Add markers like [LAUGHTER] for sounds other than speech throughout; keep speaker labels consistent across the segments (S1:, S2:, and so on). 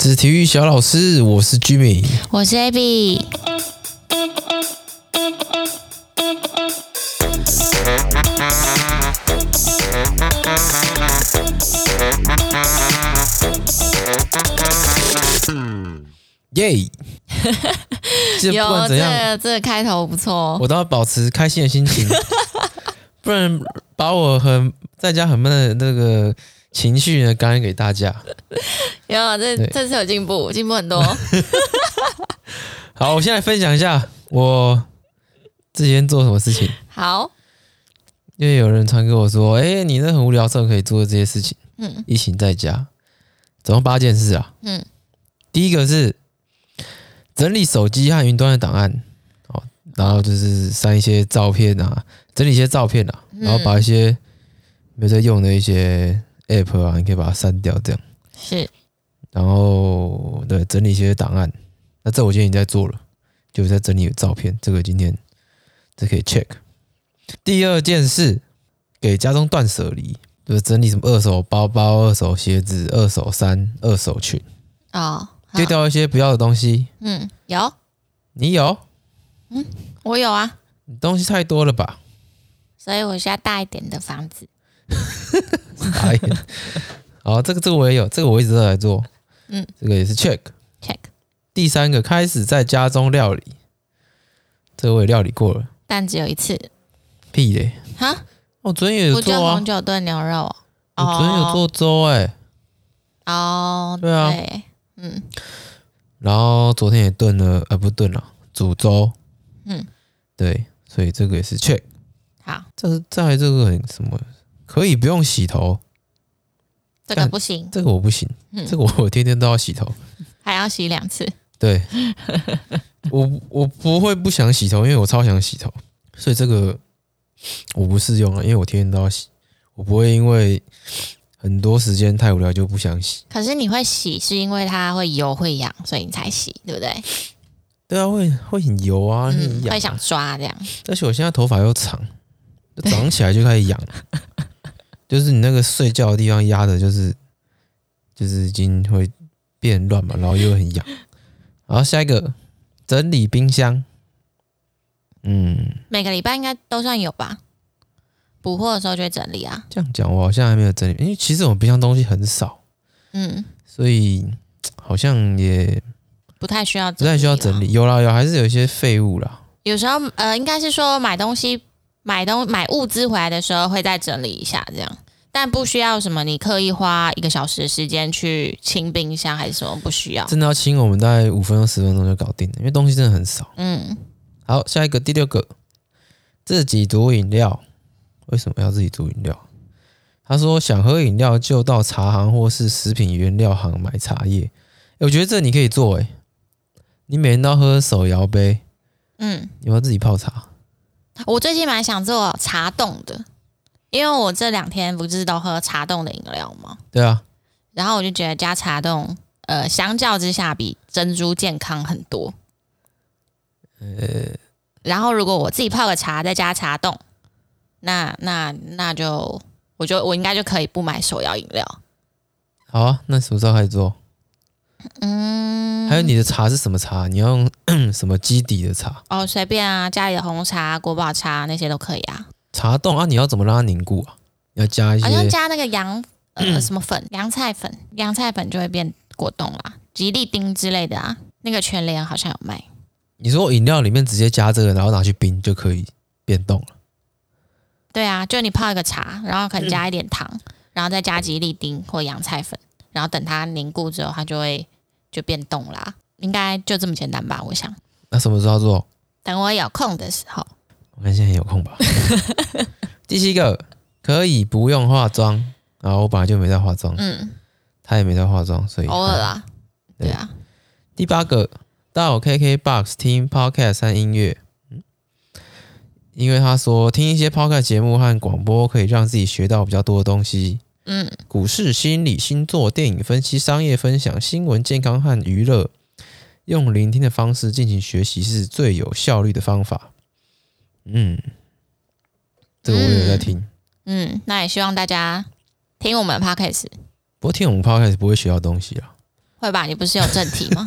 S1: 是体育小老师，我是 Jimmy。
S2: 我是 AB，
S1: 耶、其实不
S2: 有
S1: 管
S2: 这
S1: 怎样，
S2: 个这个开头不错，哦
S1: 我都要保持开心的心情，不然把我很在家很闷的那个情绪呢感染给大家。
S2: 有这
S1: 对
S2: 这次有进步，进步很多。哦
S1: [LAUGHS] 好，我现在分享一下我之前做什么事情，
S2: 好，
S1: 因为有人传给我说：“哎、你那很无聊，候可以做的这些事情。”
S2: 嗯
S1: 疫情在家，总共八件事啊。
S2: 嗯，
S1: 第一个是整理手机和云端的档案，哦，然后就是删一些照片啊，整理一些照片啊，
S2: 嗯
S1: 然后把一些没有在用的一些 app 啊，你可以把它删掉，这样。
S2: 是
S1: 然后对，整理一些档案。那这我今天已经在做了，就是在整理照片，这个今天这可以 check。第二件事，给家中断舍离，就是整理什么二手包包、二手鞋子、二手衫、二手裙，
S2: 哦，好
S1: 丢掉一些不要的东西。
S2: 嗯，有
S1: 你有？
S2: 我有啊，
S1: 你东西太多了吧？
S2: 所以我需要大一点的房子。
S1: 傻眼。好，哎哦这个这个我也有，这个我一直都在做。
S2: 嗯，
S1: 这个也是 check。
S2: check，
S1: 第三个，开始在家中料理，这个我也料理过了，
S2: 但只有一次。
S1: 屁嘞、
S2: 哈，
S1: 我昨天也有
S2: 不
S1: 做
S2: 就
S1: 啊
S2: 红，酒炖牛肉哦？
S1: 我昨天有做粥哎、
S2: 哦，
S1: 对啊
S2: 嗯，
S1: 然后昨天也炖了，呃，不炖了，煮粥，
S2: 嗯，
S1: 对，所以这个也是 check。
S2: 好，
S1: 这是在这个很什么，可以不用洗头，
S2: 这个
S1: 干
S2: 不行，
S1: 这个我不行，
S2: 嗯
S1: 这个我我天天都要洗头，
S2: 还要洗两次。 [LAUGHS]
S1: 对，我我不会不想洗头，因为我超想洗头，所以这个我不适用啊，因为我天天都要洗，我不会因为很多时间太无聊就不想洗。
S2: 可是你会洗，是因为它会油会痒，所以你才洗，对不对？
S1: 对啊，会会很油啊，会很
S2: 嗯，
S1: 痒啊、
S2: 会想抓这样。
S1: 而且我现在头发又 [LAUGHS] 长，就早上起来就开始痒，就是你那个睡觉的地方压的，就是就是已经会变乱嘛，然后又很痒。然后下一个整理冰箱，嗯，
S2: 每个礼拜应该都算有吧？补货的时候就会整理啊。
S1: 这样讲我好像还没有整理，因为其实我们冰箱东西很少，
S2: 嗯，
S1: 所以好像也
S2: 不太需要，啊
S1: 不太需要整。理。啊有啦有，还是有一些废物啦。
S2: 有时候呃，应该是说买东西、买东买物资回来的时候会再整理一下这样，但不需要什么你刻意花一个小时的时间去清冰箱还是什么，不需要。
S1: 真的要清，我们大概五分钟十分钟就搞定了，因为东西真的很少。
S2: 嗯，
S1: 好，下一个第六个，自己煮饮料。为什么要自己煮饮料？他说想喝饮料就到茶行或是食品原料行买茶叶。欸诶我觉得这你可以做诶、欸你每天都要喝手摇杯，
S2: 嗯，
S1: 你要自己泡茶。
S2: 我最近蛮想做茶冻的，因为我这两天不是都喝茶冻的饮料吗？
S1: 对啊，
S2: 然后我就觉得加茶冻，呃，相较之下比珍珠健康很多。呃，然后如果我自己泡个茶，再加茶冻，那那那就我就我应该就可以不买手摇饮料。
S1: 好啊，那什么时候开始做？嗯，还有你的茶是什么茶？你要用 [COUGHS] 什么基底的茶？
S2: 哦，随便啊，家里的红茶、国宝茶那些都可以啊，
S1: 茶冻啊，你要怎么让它凝固啊？你要加一些
S2: 好像加那个洋呃什么粉，洋菜粉，洋菜粉就会变果冻啦，吉利丁之类的啊，那个全联好像有卖。
S1: 你说饮料里面直接加这个，然后拿去冰就可以变冻了。
S2: 对啊，就你泡一个茶，然后可能加一点糖，然后再加吉利丁或洋菜粉，然后等它凝固之后，它就会就变冻啦。应该就这么简单吧？我想，
S1: 那什么时候要做？
S2: 等我有空的时候，
S1: 我看现在有空吧。 [LAUGHS] 第七个可以不用化妆，然后我本来就没在化妆，
S2: 嗯，
S1: 他也没在化妆，所以
S2: 偶尔。啦。对啊，
S1: 第八个到 KKBOX 听 Podcast 和音乐，嗯，因为他说听一些 Podcast 节目和广播可以让自己学到比较多的东西，
S2: 嗯，
S1: 股市、心理、星座、电影分析、商业分享、新闻、健康和娱乐，用聆听的方式进行学习是最有效率的方法。嗯，这个我也有在听，
S2: 嗯，那也希望大家听我们的 podcast
S1: 不过听我们 podcast 不会学到东西啦，啊
S2: 会吧？你不是有正题吗？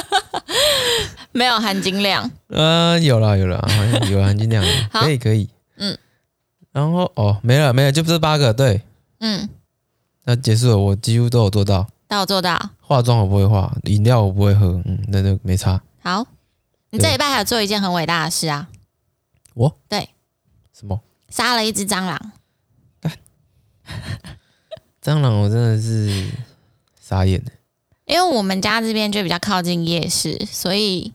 S2: [LAUGHS] 没有含金量，
S1: 呃，有了有了，好像有含啊金量了， [LAUGHS]
S2: 好
S1: 可以可以，
S2: 嗯。
S1: 然后哦，没了没了，就这八个，对，
S2: 嗯，
S1: 那结束了，我几乎都有做到。
S2: 但我做到。
S1: 化妆我不会化，饮料我不会喝，嗯，那就没差。
S2: 好，你
S1: 对
S2: 这礼拜还有做一件很伟大的事啊，
S1: 我
S2: 对
S1: 什么
S2: 杀了一只蟑螂。
S1: 蟑螂，我真的是傻眼了。
S2: 因为我们家这边就比较靠近夜市，所以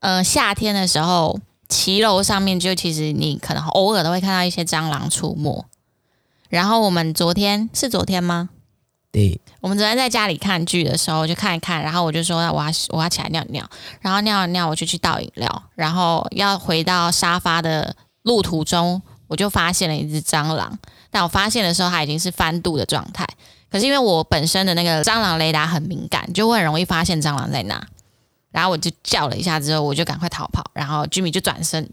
S2: 呃，夏天的时候，骑楼上面就其实你可能偶尔都会看到一些蟑螂出没。然后我们昨天是昨天吗？
S1: 对，
S2: 我们昨天在家里看剧的时候，就看一看，然后我就说我要我要起来尿尿，然后尿完尿我就去倒饮料，然后要回到沙发的路途中，我就发现了一只蟑螂，但我发现的时候它已经是翻肚的状态，可是因为我本身的那个蟑螂雷达很敏感，就会很容易发现蟑螂在哪，然后我就叫了一下之后，我就赶快逃跑，然后居民就转身，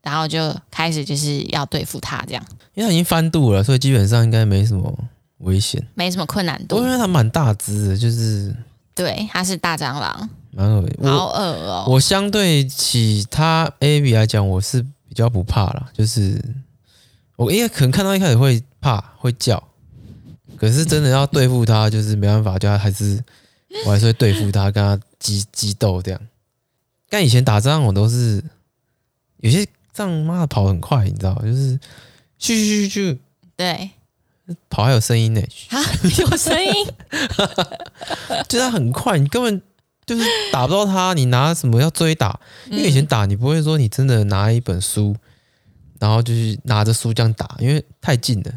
S2: 然后就开始就是要对付它，这样
S1: 因为它已经翻肚了，所以基本上应该没什么危险。
S2: 没什么困难
S1: 因
S2: 度，
S1: 为它蛮大只的，就是
S2: 对，它是大蟑螂，
S1: 蛮恶心。我
S2: 好恶哦、
S1: 我相对起他 A B 来讲，我是比较不怕啦，就是我因为可能看到一开始会怕会叫，可是真的要对付他，就是没办法，就还是 [LAUGHS] 我还是会对付他，跟他激激斗这样。但以前打仗我都是有些仗妈的跑很快，你知道，就是咻咻咻咻
S2: 对，
S1: 跑还有声音呢、
S2: 啊， [LAUGHS] 有声音，
S1: 就是他很快，你根本就是打不到他，你拿什么要追打？因为以前打你不会说你真的拿一本书，然后就是拿着书这样打，因为太近了，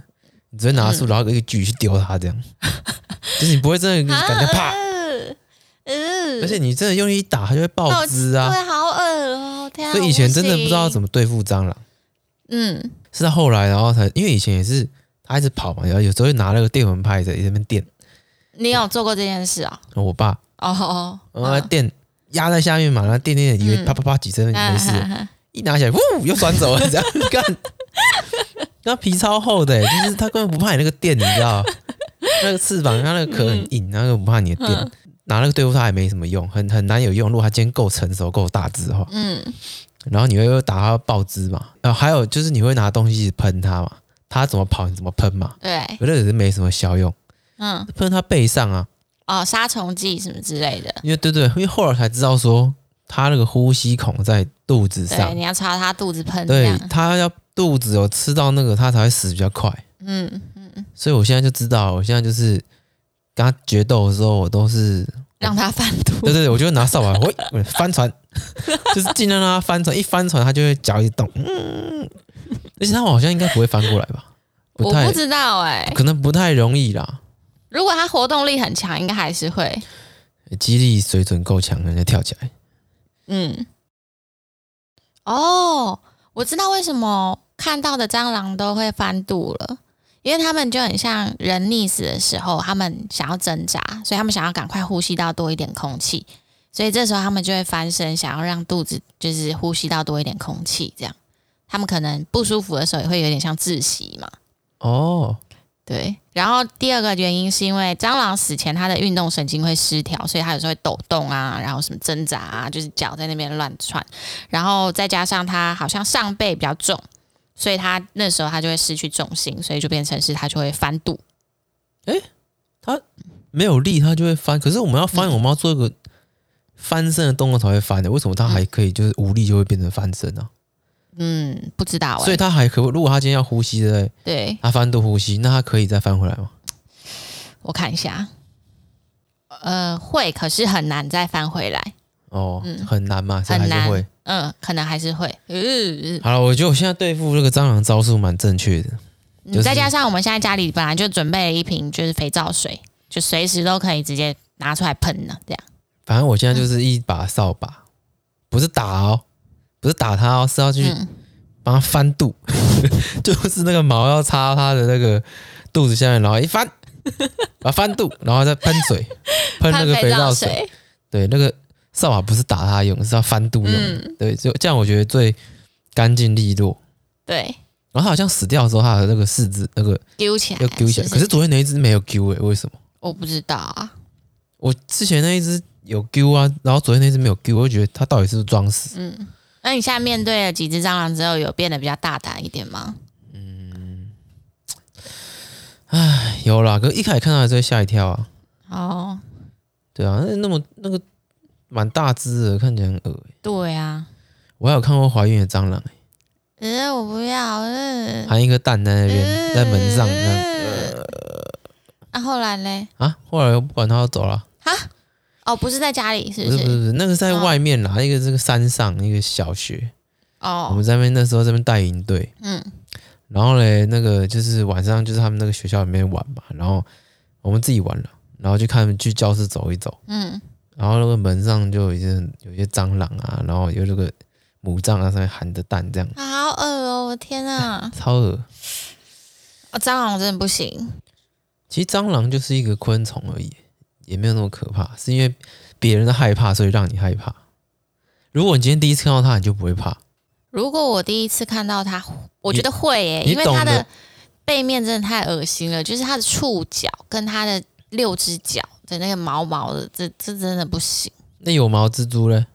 S1: 你只会拿书，然后一个举去丢他这样， [LAUGHS] [LAUGHS] 就是你不会真的
S2: [LAUGHS]
S1: 感觉啪，
S2: 呃，
S1: 而且你真的用力一打，它就会爆汁啊。
S2: 哦对，好恶哦、天啊！
S1: 所以以前真的不知道怎
S2: 么，
S1: 么对付蟑螂，
S2: 嗯，
S1: 是到后来然后才，因为以前也是他一直跑嘛，然后有时候会拿那个电蚊拍在在那边电，
S2: 你有做过这件事啊、
S1: 我爸
S2: 哦？哦
S1: 然后他电压在下面嘛，然后电电以为啪啪啪几声
S2: 嗯
S1: 没事了，一拿起来，呜，又转走了，这样干。那皮超厚的、欸就是它根本不怕你那个电，你知道？ [LAUGHS] 那个翅膀，它那个壳很硬，它根本不怕你的电。拿那个对付它也没什么用，很很难有用。如果它今天够成熟、够大只的话，
S2: [LAUGHS] 嗯
S1: 然后你会打它爆汁嘛？然后还有就是你会拿东西喷它嘛？它怎么跑你怎么喷嘛？
S2: 对，
S1: 可是也是没什么效用，
S2: 嗯，
S1: 喷它背上啊，
S2: 哦，杀虫剂什么之类的，
S1: 因为对对，因为后来才知道说它那个呼吸孔在肚子上
S2: 对，，你要朝它肚子喷
S1: 啊
S2: 这
S1: 对
S2: 样，
S1: 它要肚子有吃到那个，它才会死比较快。
S2: 嗯，
S1: 所以我现在就知道，我现在就是跟他决斗的时候，我都是
S2: 让它翻肚
S1: 对，对对，我就拿扫把，喂，喂翻船，就是尽量让它翻船。一翻船，它就会脚一动，嗯，而且它好像应该不会翻过来吧？不
S2: 我
S1: 太
S2: 不知道哎、
S1: 可能不太容易啦。
S2: 如果它活动力很强，应该还是会，
S1: 哎肌力水准够强，人家跳起来。
S2: 嗯，哦，我知道为什么看到的蟑螂都会翻肚了，因为它们就很像人溺死的时候，它们想要挣扎，所以它们想要赶快呼吸到多一点空气，所以这时候它们就会翻身，想要让肚子就是呼吸到多一点空气，这样它们可能不舒服的时候也会有点像窒息嘛。
S1: 哦，
S2: 对，然后第二个原因是因为蟑螂死前它的运动神经会失调，所以它有时候会抖动啊，然后什么挣扎啊，就是脚在那边乱窜，然后再加上它好像上背比较重，所以它那时候它就会失去重心，所以就变成是它就会翻肚。
S1: 没有力它就会翻，可是我们要翻，我们要做一个翻身的动作才会翻的。为什么它还可以就是无力就会变成翻身呢、
S2: 嗯，不知道、欸，
S1: 所以它还可，如果它今天要呼吸，对不对？
S2: 对
S1: 它翻肚呼吸，那它可以再翻回来吗？
S2: 我看一下，呃，会，可是很难再翻回来，
S1: 哦，很难嘛，所以还
S2: 很
S1: 是
S2: 难
S1: 会。，
S2: 嗯，可能还是会，嗯，
S1: 好了，我觉得我现在对付这个蟑螂招数蛮正确的。就是
S2: 嗯再加上我们现在家里本来就准备了一瓶就是肥皂水，就随时都可以直接拿出来喷了，这样。
S1: 反正我现在就是一把扫把，不是打哦，不是打它哦，是要去
S2: 嗯，
S1: 帮它翻肚， [LAUGHS] 就是那个毛要插到它的那个肚子下面，然后一 [LAUGHS] 翻，把它翻肚，然后再喷 [LAUGHS] 水，喷那个
S2: 肥
S1: 肥皂水。
S2: 水，
S1: 对，那个扫把不是打它用，是要翻肚用的。对，就这样我觉得最干净利落。
S2: 对，
S1: 然后它好像死掉的时候，它的那个四肢那个
S2: 丢起来，
S1: 欸要揪起来，可是昨天那一只没有揪诶、为什么？
S2: 我不知道啊，
S1: 我之前那一只有丢啊，然后昨天那只没有丢，我就觉得它到底是不是装死？
S2: 嗯，那你现在面对了几只蟑螂之后，有变得比较大胆一点吗？
S1: 有啦，可是一开始看到还是会吓一跳啊。
S2: 哦，
S1: 对啊，那那么那个蛮大只的，看起来很恶、欸。
S2: 对啊，
S1: 我还有看过怀孕的蟑螂、欸，
S2: 呃，我不要，呃，
S1: 含一颗蛋在那边，在门上这样
S2: 呃那、后来嘞？
S1: 啊。后来我不管它，要走了。
S2: 哦，不是在家里，是
S1: 不是不是不是，那个是在外面啦，一个这个山上，一个小学，我
S2: 哦，
S1: 们在那边那时候在那边带营队，
S2: 嗯，
S1: 然后嘞，那个就是晚上就是他们那个学校里面玩嘛，然后我们自己玩了，然后就看他们去教室走一走，
S2: 嗯，
S1: 然后那个门上就有一些有一些蟑螂啊，然后有这个母蟑螂上面含着蛋这样，
S2: 啊好恶哦，我的
S1: [LAUGHS]
S2: 天啊！
S1: 超恶。
S2: 哦，蟑螂我真的不行。
S1: 其实蟑螂就是一个昆虫而已，也没有那么可怕，是因为别人的害怕，所以让你害怕。如果你今天第一次看到它，你就不会怕。
S2: 如果我第一次看到它，我觉得会耶、
S1: 你
S2: 因为
S1: 懂
S2: 它的
S1: 得
S2: 背面真的太恶心了，就是它的触角跟它的六只脚的那个毛毛的，这这真的不行。
S1: 那有毛蜘蛛嘞？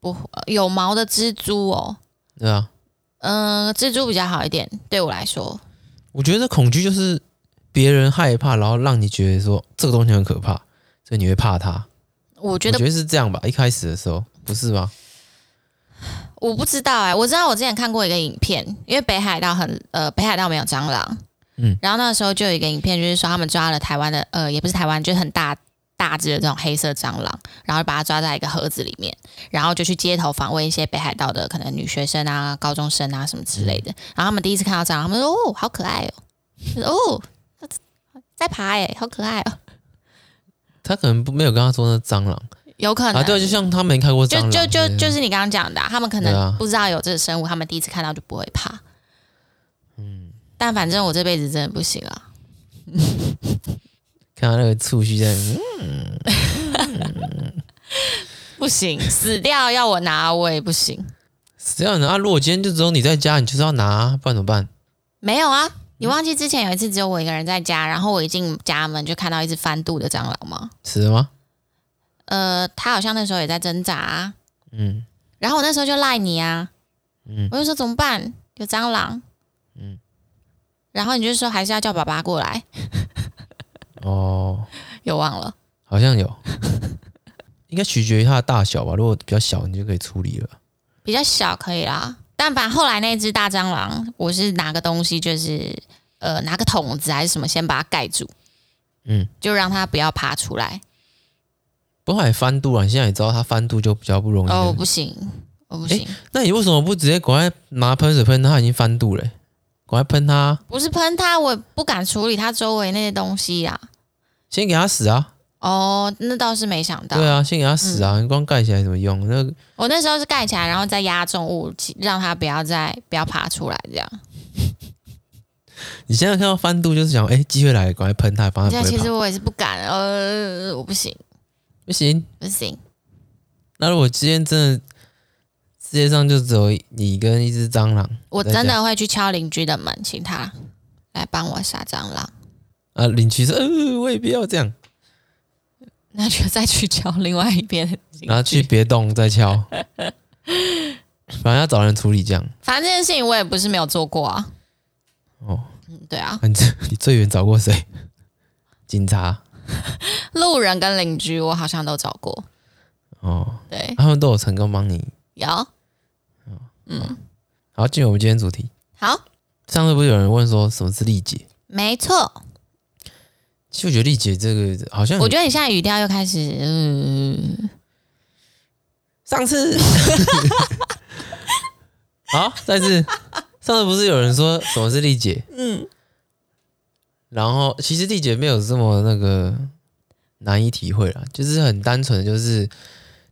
S2: 不呃有毛的蜘蛛哦，
S1: 对啊，
S2: 嗯、蜘蛛比较好一点，对我来说，
S1: 我觉得恐惧就是别人害怕，然后让你觉得说这个东西很可怕，所以你会怕它。
S2: 我觉
S1: 我
S2: 得
S1: 觉得是这样吧，一开始的时候不是吗？
S2: 我不知道哎、我知道我之前看过一个影片，因为北海道很呃，北海道没有蟑螂，
S1: 嗯
S2: 嗯，然后那时候就有一个影片，就是说他们抓了台湾的呃，也不是台湾，就是很大大只的这种黑色蟑螂，然后把它抓在一个盒子里面，然后就去街头访问一些北海道的可能女学生啊、高中生啊什么之
S1: 嗯
S2: 类的，然后他们第一次看到蟑螂，他们说哦，好可爱哦，就说哦，在爬哎、好可爱哦，
S1: 他可能不没有跟他说那蟑螂
S2: 有可能
S1: 啊，对，就像他没看过蟑
S2: 就
S1: 螂，
S2: 就就
S1: 对
S2: 就是你刚刚讲的啊、他们可
S1: 对啊
S2: 能不知道有这个生物，他们第一次看到就不会怕。嗯，
S1: 嗯
S2: 但反正我这辈子真的不行啊了。
S1: 看他那个触须在，嗯
S2: 不行， [LAUGHS] 死掉要我拿我也不行。
S1: 死掉人啊！如果今天就只有你在家，你就是要拿啊，不然怎么办？
S2: 没有啊，你忘记之前有一次只有我一个人在家，然后我一进家门就看到一只翻肚的蟑螂吗？
S1: 死了吗？
S2: 呃，它好像那时候也在挣扎啊、
S1: 嗯，
S2: 然后我那时候就赖你啊，
S1: 嗯
S2: 我就说怎么办？有蟑螂，
S1: 嗯
S2: 然后你就说还是要叫爸爸过来，
S1: 哦，
S2: 又忘了。
S1: 好像有， [LAUGHS] 应该取决于它的大小吧。如果比较小，你就可以处理了。
S2: 比较小可以啦。但反正后来那只大蟑螂，我是拿个东西，就是呃拿个桶子还是什么，先把它盖住，
S1: 嗯，
S2: 就让它不要爬出来。
S1: 不过它也翻肚啊，你现在也知道它翻肚就比较不容易了。
S2: 哦，我不行，我不行，
S1: 那你为什么不直接赶快拿喷水喷它？已经翻肚了欸，赶快喷它，
S2: 不是喷它，我也不敢处理它周围那些东西啊。
S1: 先给它死啊！
S2: 哦，那倒是没想到。
S1: 对啊，先给它死
S2: 嗯
S1: 啊！你光盖起来有什么用？那个
S2: 我那时候是盖起来，然后再压重物，让它不要再不要爬出来，这样。
S1: 你现在看到翻肚就是想，哎、机会来了，赶快喷它，反正
S2: 这
S1: 啊不
S2: 样
S1: 会
S2: 其
S1: 跑
S2: 实。我也是不敢，呃，我不行，
S1: 不行，
S2: 不行。
S1: 那如果今天真的世界上就只有你跟一只蟑螂
S2: 我
S1: 在家
S2: 真的会去敲邻居的门，请他来帮我杀蟑螂。
S1: 啊，邻居说，呃，我也不要这样，
S2: 那就再去敲另外一边的邻居
S1: 然后去别动再敲，
S2: [LAUGHS]
S1: 反正要找人处理这样。
S2: 反正这件事情我也不是没有做过啊。
S1: 哦，
S2: 嗯，对啊，
S1: 你最你最远找过谁？ [LAUGHS] 警察
S2: 路人跟邻居我好像都找过。
S1: 哦，
S2: 对，
S1: 他们都有成功帮你。
S2: 有
S1: 好，进入我们今天主题。
S2: 好，
S1: 上次不是有人问说什么是力竭？
S2: 没错。
S1: 其实我觉得力竭这个好像
S2: 我觉得你现在语调又开始，嗯，
S1: 上 [LAUGHS] 次好，再次啊上次不是有人说什么是力竭？嗯，然后其实力竭没有这么那个难以体会啦，就是很单纯的，就是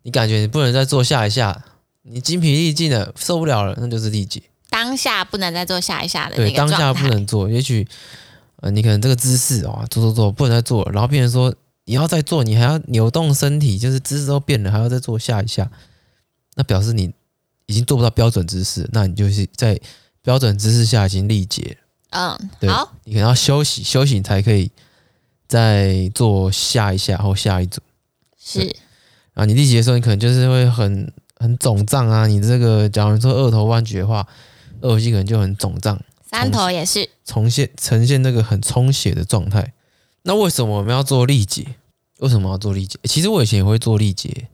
S1: 你感觉你不能再做下一下，你精疲力尽了，受不了了，那就是力竭。
S2: 当下不能再做下一下的
S1: 对，
S2: 那个
S1: 当
S2: 状态。
S1: 下不能做，也许呃，你可能这个姿势啊、哦，做做做不能再做了，然后变成说你要再做，你还要扭动身体，就是姿势都变了，还要再做下一下，那表示你已经做不到标准姿势，那你就是在标准姿势下已经力竭
S2: 嗯，
S1: 对
S2: 好，
S1: 了，你可能要休息，休息你才可以再做下一下或下一组。
S2: 是
S1: 啊，你利息的时候，你可能就是会很很肿胀啊。你这个，假如说二头弯举的话，二头肌可能就很肿胀，
S2: 三头也是，
S1: 重现呈现那个很充血的状态。那为什么我们要做力竭？为什么要做力竭？其实我以前也会做力竭，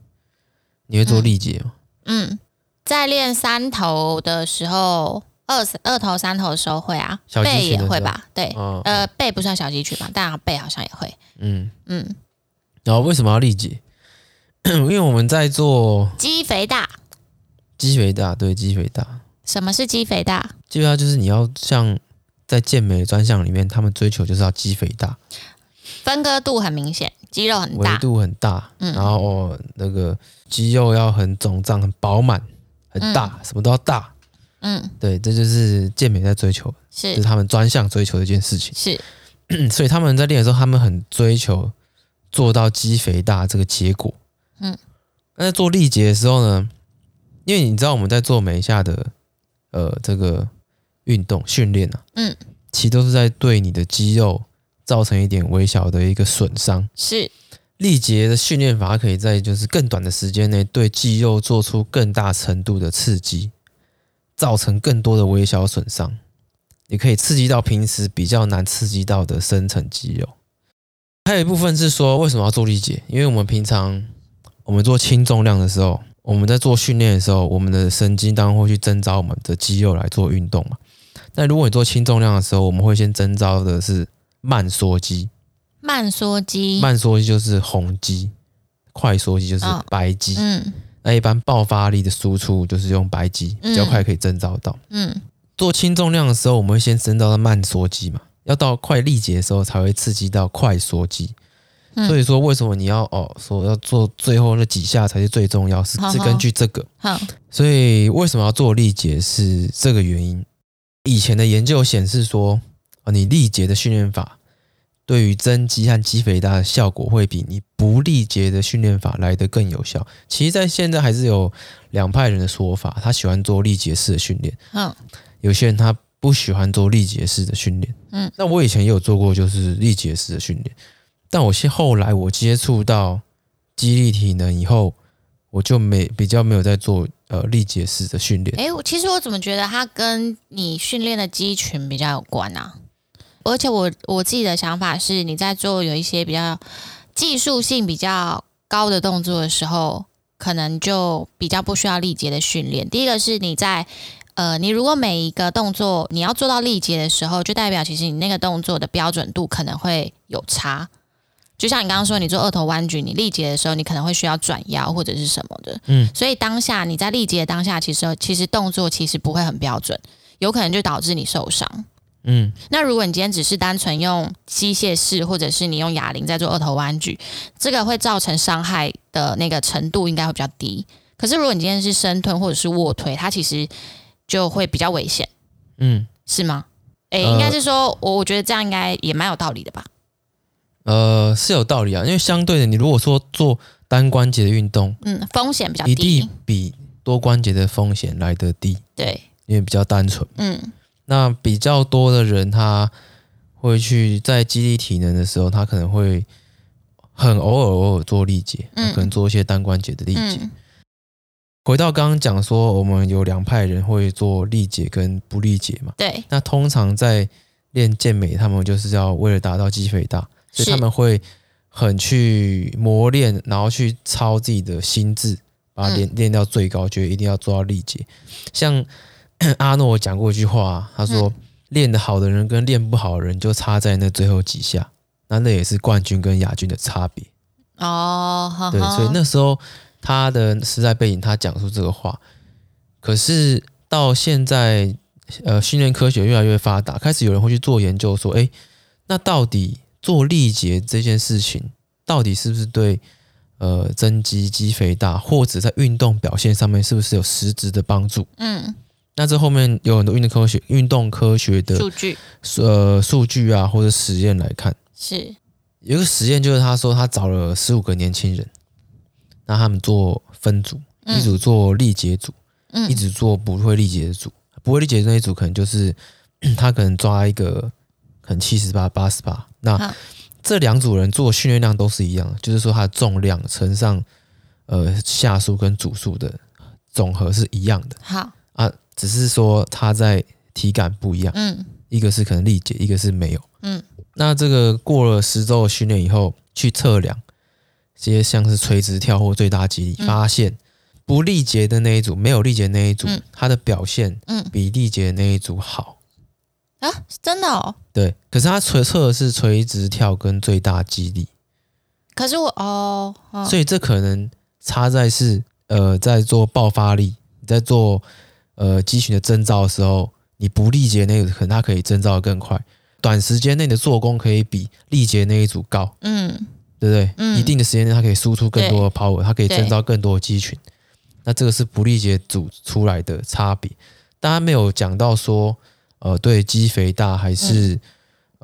S1: 你会做力竭吗？
S2: 嗯，在练三头的时候，二二头三头的时候会啊，
S1: 小肌群
S2: 背也
S1: 的时
S2: 会
S1: 候
S2: 吧？对，
S1: 啊，
S2: 呃，背不算小肌群嘛，但背好像也会，
S1: 嗯，
S2: 嗯，
S1: 然后为什么要力竭？ [CLEARS THROAT] 因为我们在做
S2: 肌肥大。
S1: 肌肥大，对肌肥大，
S2: 什么是肌肥大？
S1: 肌肥大就是你要像在健美的专项里面，他们追求就是要肌肥大，
S2: 分割度很明显，肌肉很
S1: 维
S2: 大，
S1: 度很大，
S2: 嗯
S1: 然后、哦那个肌肉要很肿胀、很饱满、很大，什么都要大。
S2: 嗯，
S1: 对，这就是健美在追求，这是
S2: 是
S1: 他们专项追求的一件事情。
S2: 是，
S1: 所以他们在练的时候，他们很追求做到肌肥大这个结果。
S2: 嗯
S1: 嗯，那在做力竭的时候呢，因为你知道我们在做每一下的呃这个运动训练啊，
S2: 嗯，
S1: 其实都是在对你的肌肉造成一点微小的一个损伤。
S2: 是
S1: 力竭的训练法可以在就是更短的时间内对肌肉做出更大程度的刺激，造成更多的微小损伤，也可以刺激到平时比较难刺激到的深层肌肉。还有一部分是说为什么要做力竭？因为我们平常我们做轻重量的时候，我们在做训练的时候，我们的神经当然会去征召我们的肌肉来做运动嘛。那如果你做轻重量的时候，我们会先征召的是慢缩肌，
S2: 慢缩肌，
S1: 慢缩肌就是红肌，快缩肌就是白肌。
S2: 嗯
S1: 那一般爆发力的输出就是用白肌，比较快可以征召到。
S2: 嗯，
S1: 做轻重量的时候，我们会先征召到慢缩肌嘛，要到快力竭的时候才会刺激到快缩肌。
S2: 嗯
S1: 所以说，为什么你要哦说要做最后那几下才是最重要，是
S2: 好
S1: 是
S2: 好
S1: 根据这个。
S2: 好，
S1: 所以为什么要做力竭是这个原因。以前的研究显示说，啊，你力竭的训练法对于增肌和肌肥大的效果会比你不力竭的训练法来得更有效。其实，在现在还是有两派人的说法，他喜欢做力竭式的训练，
S2: 嗯
S1: 有些人他不喜欢做力竭式的训练。
S2: 嗯，
S1: 那我以前也有做过，就是力竭式的训练，但我是后来我接触到肌力体能以后，我就没比较没有在做呃力竭式的训练。
S2: 诶，我其实我怎么觉得它跟你训练的肌群比较有关啊？而且我我自己的想法是，你在做有一些比较技术性比较高的动作的时候，可能就比较不需要力竭的训练。第一个是你在呃，你如果每一个动作你要做到力竭的时候，就代表其实你那个动作的标准度可能会有差。就像你刚刚说，你做二头弯举，你力竭的时候，你可能会需要转腰或者是什么的。
S1: 嗯，
S2: 所以当下你在力竭的当下，其实其实动作其实不会很标准，有可能就导致你受伤。
S1: 嗯，
S2: 那如果你今天只是单纯用机械式，或者是你用哑铃在做二头弯举，这个会造成伤害的那个程度应该会比较低。可是如果你今天是深蹲或者是卧推，它其实就会比较危险，
S1: 嗯，
S2: 是吗？诶，
S1: 呃
S2: 应该是说，我我觉得这样应该也蛮有道理的吧。
S1: 呃，是有道理啊，因为相对的，你如果说做单关节的运动，
S2: 嗯，风险比较
S1: 一
S2: 低
S1: 定。比多关节的风险来得低，
S2: 对，
S1: 因为比较单纯。
S2: 嗯
S1: 那比较多的人，他会去在激励体能的时候，他可能会很偶尔偶尔做力竭，
S2: 嗯
S1: 他可能做一些单关节的力竭。
S2: 嗯
S1: 回到刚刚讲说，我们有两派人会做力竭跟不力竭嘛。
S2: 对，
S1: 那通常在练健美，他们就是要为了达到肌肥大，所以
S2: 是
S1: 他们会很去磨练，然后去操自己的心智，把它练练到最高，觉得一定要做到力竭。像 [COUGHS] 阿诺讲过一句话，他说：“练得好的人跟练不好的人就差在那最后几下，那那也是冠军跟亚军的差别。”
S2: 哦，呵
S1: 对，
S2: 呵
S1: 所以那时候他的时代背景，他讲出这个话。可是到现在，呃，训练科学越来越发达，开始有人会去做研究，说，诶，那到底做力竭这件事情，到底是不是对呃增肌、肌肥大，或者在运动表现上面，是不是有实质的帮助？
S2: 嗯，
S1: 那这后面有很多运动科学、运动科学的
S2: 数据
S1: 呃数据啊，或者实验来看。
S2: 是
S1: 有一个实验就是他说他找了十五个年轻人，让他们做分组，
S2: 嗯
S1: 一组做力竭组，
S2: 嗯
S1: 一组做不会力竭的组。不会力竭的那一 [CLEARS THROAT] 组可能就是他可能抓一个可能七十八、八十八，那
S2: 好
S1: 这两组人做训练量都是一样的，就是说它的重量乘上呃下数跟组数的总和是一样的
S2: 好，
S1: 啊，只是说它在体感不一样，
S2: 嗯
S1: 一个是可能力竭，一个是没有。
S2: 嗯，
S1: 那这个过了十周的训练以后，去测量这些像是垂直跳或最大肌力，
S2: 嗯
S1: 发现不力竭的那一组，没有力竭的那一组，
S2: 嗯
S1: 它的表现
S2: 嗯
S1: 比力竭的那一组好。
S2: 啊，真的哦。
S1: 对，可是它垂测的是垂直跳跟最大肌力，
S2: 可是我哦，哦
S1: 所以这可能差在是呃，在做爆发力，在做呃肌群的征兆的时候，你不力竭那个可能它可以征兆的更快，短时间内的做工可以比力竭那一组高。
S2: 嗯
S1: 对不对？
S2: 嗯
S1: 一定的时间内它可以输出更多的 power，它可以征召更多的肌群。那这个是不力竭组出来的差别。当然没有讲到说，呃，对肌肥大还是、
S2: 嗯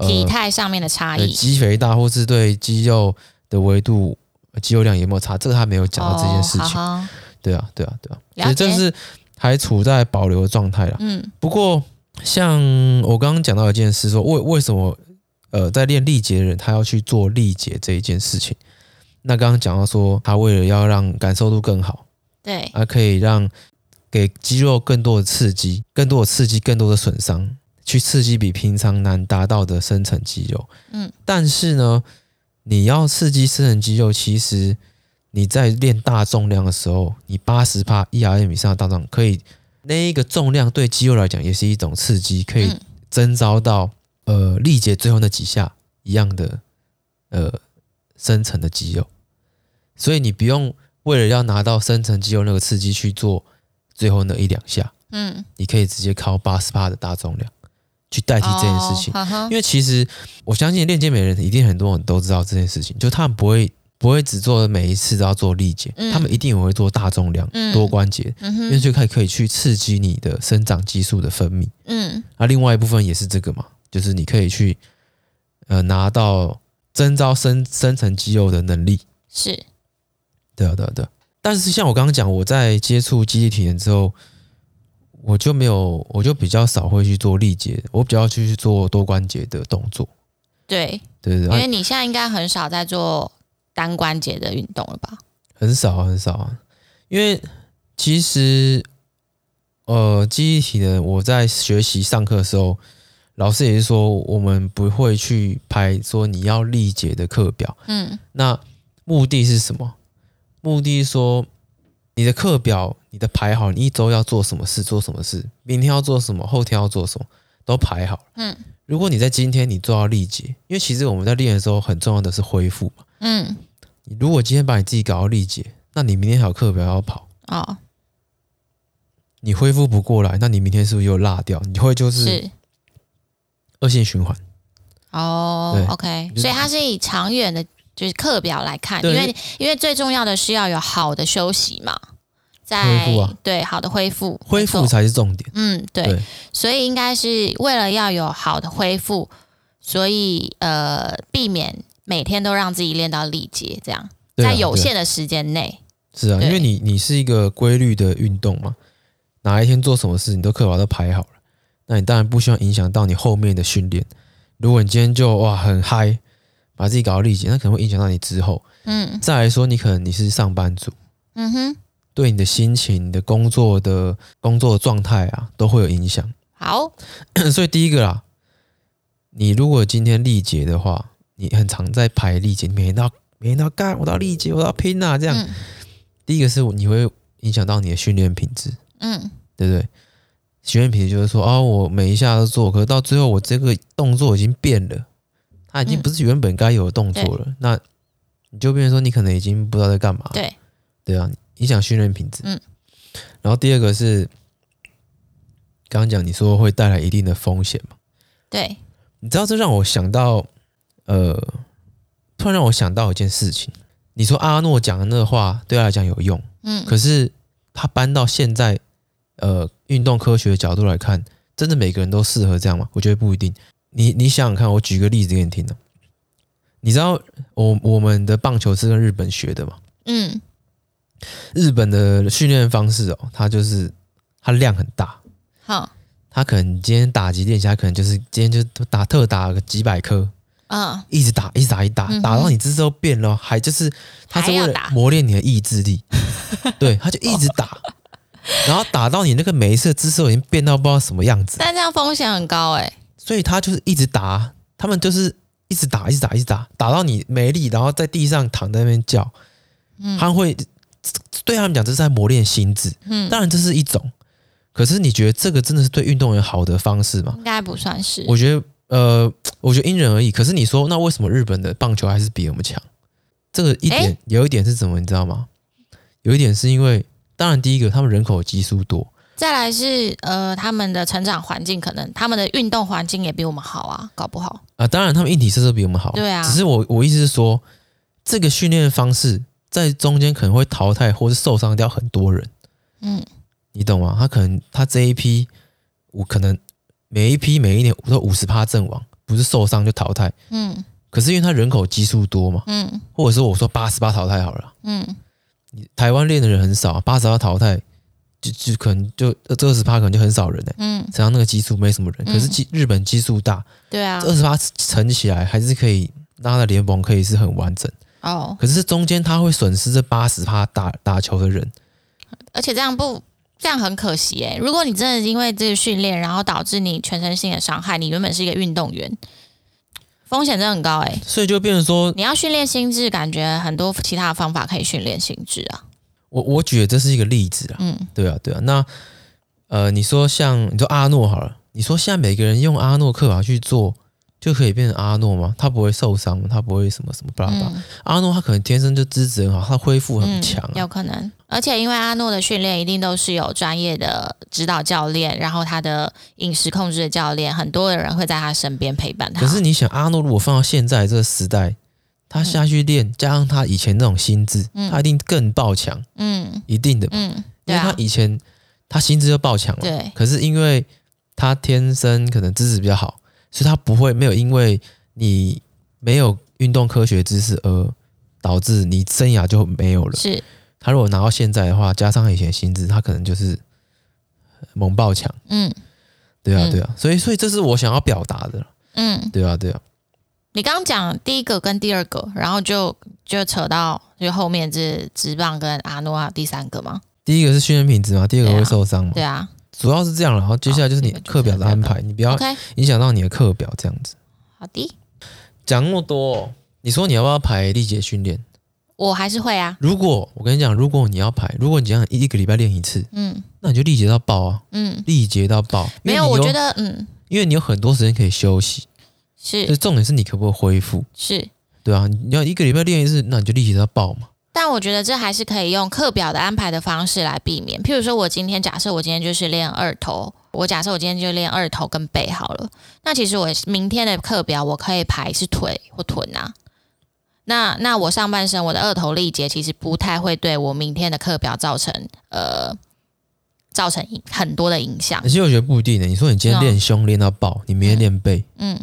S2: 体态上面的差
S1: 呃对
S2: 异，
S1: 肌肥大，或是对肌肉的维度、呃肌肉量有没有差，这个他没有讲到这件事
S2: 哦
S1: 情。
S2: 好好
S1: 对啊，对啊，对啊。
S2: 了
S1: 所以
S2: 解
S1: 这是还处在保留的状态啦。
S2: 嗯
S1: 不过，像我刚刚讲到一件事说为为什么呃在练力竭的人他要去做力竭这一件事情？那刚刚讲到说，他为了要让感受度更好，
S2: 对，
S1: 啊，可以让给肌肉更多的刺激，更多的刺激，更多的损伤，去刺激比平常难达到的深层肌肉。
S2: 嗯
S1: 但是呢，你要刺激深层肌肉，其实你在练大重量的时候，你八十帕 ERM 以上的大重量可以，那一个重量对肌肉来讲也是一种刺激，可以
S2: 嗯
S1: 征召到、呃力竭最后那几下一样的呃深层的肌肉，所以你不用为了要拿到深层肌肉那个刺激去做最后那一两下，
S2: 嗯，
S1: 你可以直接靠八十帕的大重量去代替这件事情。
S2: 哦好好
S1: 因为其实我相信练健美的人一定很多人都知道这件事情，就他们不会不会只做每一次都要做力竭，
S2: 嗯
S1: 他们一定也会做大重量、
S2: 嗯
S1: 多关节，
S2: 嗯
S1: 因为
S2: 哼，
S1: 就可以可以去刺激你的生长激素的分泌。
S2: 嗯
S1: 那、另外一部分也是这个嘛，就是你可以去呃拿到增招深深层肌肉的能力。
S2: 是，
S1: 对啊，对啊，对啊。但是像我刚刚讲，我在接触基地体验之后，我就没有，我就比较少会去做力竭，我比较去做多关节的动作。
S2: 对，
S1: 对对啊
S2: 因
S1: 对，
S2: 为你现在应该很少在做单关节的运动了吧？
S1: 很少啊很少啊，因为其实呃，记忆体的我在学习上课的时候，老师也是说我们不会去拍说你要力竭的课表，
S2: 嗯
S1: 那目的是什么？目的是说你的课表你的排好，你一周要做什么事，做什么事，明天要做什么，后天要做什么，都排好。
S2: 嗯
S1: 如果你在今天你做到力竭，因为其实我们在练的时候很重要的是恢复嘛。
S2: 嗯，
S1: 你如果今天把你自己搞到力竭，那你明天还有课表要跑，
S2: 哦，
S1: 你恢复不过来，那你明天是不是又落掉？你会就是
S2: 是，
S1: 恶性循环。
S2: 哦
S1: 对
S2: ，OK，
S1: 就是
S2: 所以它是以长远的，就是课表来看，因
S1: 对
S2: 为因为最重要的是要有好的休息嘛，在
S1: 恢复啊
S2: 对好的恢复，
S1: 恢
S2: 没
S1: 复
S2: 错
S1: 才是重点。
S2: 嗯，对，
S1: 对
S2: 所以应该是为了要有好的恢复，所以呃，避免每天都让自己练到力竭，这样
S1: 对啊
S2: 在有
S1: 对啊
S2: 限的时间内，
S1: 是啊，
S2: 对
S1: 因为你你是一个规律的运动嘛，哪一天做什么事你都课表都排好了，那你当然不希望影响到你后面的训练。如果你今天就哇很嗨，把自己搞到力竭，那可能会影响到你之后。
S2: 嗯
S1: 再来说，你可能你是上班族，
S2: 嗯哼，
S1: 对你的心情、你的工作的工作状态啊，都会有影响。
S2: 好，
S1: 所以第一个啦，你如果今天力竭的话，你很常在排力竭，你每天都要每天都要干，我都要力竭，我都要拼啊，这样。
S2: 嗯
S1: 第一个是你会影响到你的训练品质。
S2: 嗯
S1: 对不对？学员品就是说，哦，我每一下都做，可是到最后我这个动作已经变了，它已经
S2: 嗯
S1: 不是原本该有的动作了。那你就变成说，你可能已经不知道在干嘛。
S2: 对，
S1: 对啊，影响训练品质。
S2: 嗯。
S1: 然后第二个是，刚刚讲你说会带来一定的风险嘛？
S2: 对，
S1: 你知道这让我想到，呃，突然让我想到一件事情。你说阿诺讲的那话对他来讲有用，
S2: 嗯
S1: 可是他搬到现在，呃，运动科学的角度来看，真的每个人都适合这样吗？我觉得不一定。你你想想看，我举个例子给你听啊。你知道我我们的棒球是跟日本学的嘛？
S2: 嗯
S1: 日本的训练方式哦，它就是它量很大，
S2: 好，
S1: 它可能今天打击练习，它可能就是今天就打特打个几百颗，
S2: 嗯，
S1: 一直打，一直打，一直打，
S2: 嗯哼
S1: 打到你姿势都变了，还就是他是为
S2: 还要
S1: 了
S2: 打
S1: 磨练你的意志
S2: [LAUGHS]
S1: 力，对，他就一直打，然后打到你那个每一次的姿势都已经变到不知道什么样子，
S2: 但这样风险很高哎、
S1: 所以他就是一直打，他们就是一直打，一直打，一直打，打到你没力，然后在地上躺在那边叫，他们会对他们讲这是在磨练心智，
S2: 嗯，
S1: 当然这是一种，可是你觉得这个真的是对运动员好的方式吗？
S2: 应该不算是。
S1: 我觉得，呃，我觉得因人而异。可是你说，那为什么日本的棒球还是比我们强？这个一点、
S2: 诶
S1: 有一点是什么，你知道吗？有一点是因为，当然第一个，他们人口基数多，
S2: 再来是呃，他们的成长环境可能他们的运动环境也比我们好啊，搞不好。
S1: 啊，当然他们硬体设施比我们好，
S2: 对啊
S1: 只是我我意思是说，这个训练方式在中间可能会淘汰或是受伤掉很多人，
S2: 嗯，
S1: 你懂吗？他可能他这一批，我可能每一批每一年都五十趴阵亡，不是受伤就淘汰。
S2: 嗯
S1: 可是因为他人口基数多嘛，
S2: 嗯
S1: 或者说我说八十八淘汰好了，
S2: 嗯，
S1: 你台湾练的人很少，八十八淘汰就就可能就这二十趴可能就很少人哎、欸。
S2: 嗯，
S1: 成那个基数没什么人，
S2: 嗯
S1: 可是基日本基数大，
S2: 对啊
S1: 这。二十八乘起来还是可以，让他的联盟可以是很完整。
S2: 哦，
S1: 可是这中间他会损失这八十趴打打球的人，
S2: 而且这样不这样很可惜哎、如果你真的因为这个训练，然后导致你全身性的伤害，你原本是一个运动员，风险真的很高哎、
S1: 所以就变成说，
S2: 你要训练心智，感觉很多其他的方法可以训练心智啊。
S1: 我我举的这是一个例子啊，
S2: 嗯
S1: 对啊对啊。那呃，你说像你说阿诺好了，你说现在每个人用阿诺克法去做，就可以变成阿诺吗？他不会受伤吗，他不会什么什么巴拉巴拉。
S2: 嗯
S1: 阿诺他可能天生就资质很好，他恢复很强、
S2: 有
S1: 啊
S2: 可能。而且因为阿诺的训练一定都是有专业的指导教练，然后他的饮食控制的教练，很多的人会在他身边陪伴他。
S1: 可是你想，阿诺如果放到现在这个时代，他下去练，加上他以前那种心智，
S2: 嗯
S1: 他一定更爆强，
S2: 嗯
S1: 一定的嘛，
S2: 嗯，
S1: 因
S2: 对
S1: 为他
S2: 啊，
S1: 以前他心智就爆强了。
S2: 对，
S1: 可是因为他天生可能资质比较好，所以他不会没有因为你没有运动科学知识而导致你生涯就没有了。
S2: 是，
S1: 他如果拿到现在的话，加上他以前的心智，他可能就是猛爆强。
S2: 嗯
S1: 对啊，
S2: 嗯
S1: 对啊，所以所以这是我想要表达的，
S2: 嗯。
S1: 对啊，对啊，
S2: 你刚刚讲第一个跟第二个，然后就就扯到就后面是直棒跟阿诺啊第三个嘛？
S1: 第一个是训练品质嘛，第二个
S2: 对啊
S1: 会受伤嘛，
S2: 对啊
S1: 主要是这样了。然后接下来就是你
S2: 好
S1: 课表的安排，你不要
S2: ，OK，
S1: 影响到你的课表这样子。
S2: 好的，
S1: 讲那么多哦、你说你要不要排力竭训练？
S2: 我还是会啊，
S1: 如果我跟你讲，如果你要排，如果你想一一个礼拜练一次，
S2: 嗯
S1: 那你就力竭到爆啊，
S2: 嗯，
S1: 力竭到爆。因为
S2: 没有，
S1: 你
S2: 我觉，得嗯
S1: 因为你有很多时间可以休息，
S2: 是
S1: 所以重点是你可不可以恢复，
S2: 是，
S1: 对啊，你要一个礼拜练一次，那你就力竭到爆嘛。
S2: 但我觉得这还是可以用课表的安排的方式来避免。譬如说，我今天假设我今天就是练二头，我假设我今天就练二头跟背好了。那其实我明天的课表我可以排是腿或臀啊。那那我上半身我的二头力竭其实不太会对我明天的课表造成呃造成影很多的影响
S1: 而。且我觉得不一定的，你说你
S2: 啊
S1: 今天练胸练到爆，你明天练背，
S2: 嗯，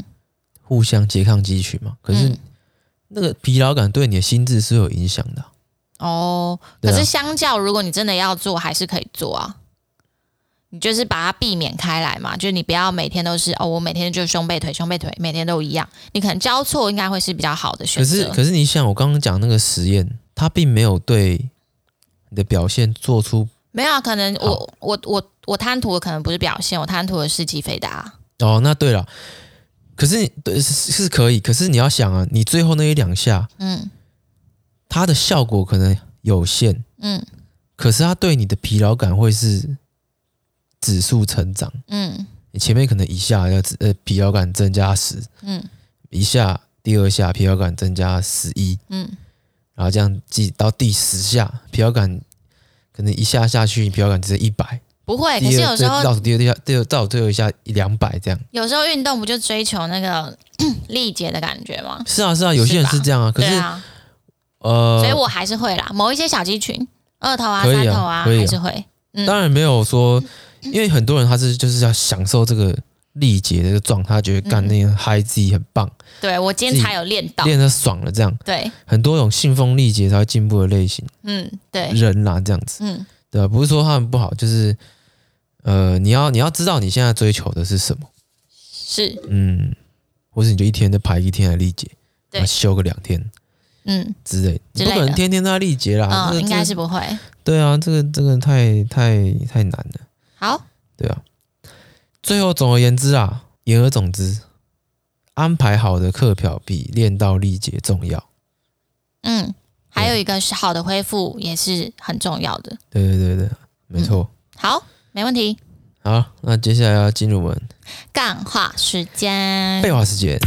S1: 互相拮抗肌群嘛。可是
S2: 嗯
S1: 那个疲劳感对你的心智是有影响的啊、
S2: 哦，
S1: 对
S2: 可
S1: 啊
S2: 是相较如果你真的要做，还是可以做啊。你就是把它避免开来嘛，就是你不要每天都是哦，我每天就是胸背腿胸背腿，每天都一样。你可能交错应该会是比较好的选
S1: 可是
S2: 择。
S1: 可是你想，我刚刚讲那个实验，它并没有对你的表现做出
S2: 没有啊，可能
S1: 好
S2: 我我我我贪图的可能不是表现，我贪图的是肌肥大啊。
S1: 哦。那对了，可是你对是是可以，可是你要想啊，你最后那一两下，
S2: 嗯
S1: 它的效果可能有限，
S2: 嗯
S1: 可是它对你的疲劳感会是指数成长。
S2: 嗯
S1: 你前面可能一下要呃疲劳感增加十，
S2: 嗯
S1: 一下第二下疲劳感增加十一，
S2: 嗯
S1: 然后这样记到第十下疲劳感可能一下下去疲劳感只是一百，
S2: 不会。哎可
S1: 第
S2: 是
S1: 二
S2: 有时
S1: 再
S2: 候
S1: 倒数第二下第二倒数最后一下两百这样。
S2: 有时候运动不就追求那个 [CLEARS THROAT] 力竭的感觉吗？
S1: 是啊是啊，有些人是这样啊，可
S2: 对
S1: 是、
S2: 啊，
S1: 呃
S2: 所以，我还是会啦，某一些小肌群，二头啊、
S1: 可
S2: 三
S1: 以啊
S2: 头啊，
S1: 可以啊
S2: 还是会。嗯
S1: 当然没有说，因为很多人他是就是要享受这个力竭的这个状态，他觉得干
S2: 嗯
S1: 那个嗨自己很棒，
S2: 对我今
S1: 自
S2: 天
S1: 己
S2: 才有练到，
S1: 练得爽了这样，
S2: 对，
S1: 很多种信奉力竭才会进步的类型
S2: 嗯，对，
S1: 人啦、这样子。
S2: 嗯，
S1: 对啊，不是说他们不好，就是呃，你要你要知道你现在追求的是什么。
S2: 是，
S1: 嗯，或是你就一天再排一天来历节，
S2: 对
S1: 然后休个两天
S2: 嗯，
S1: 之类，你
S2: 之类的
S1: 不可能天天都在历节啦。
S2: 嗯，
S1: 啊这个
S2: 应该
S1: 这
S2: 是不会。
S1: 对啊，这个这个太太太难了，
S2: 好，
S1: 对啊。最后总而言之啊，言而总之，安排好的课表比练到历节重要。
S2: 嗯，还有一个是好的恢复也是很重要的。
S1: 对对对对，没错。
S2: 好，没问题。
S1: 好，那接下来要进入我们
S2: 干话时间，
S1: 废话时间。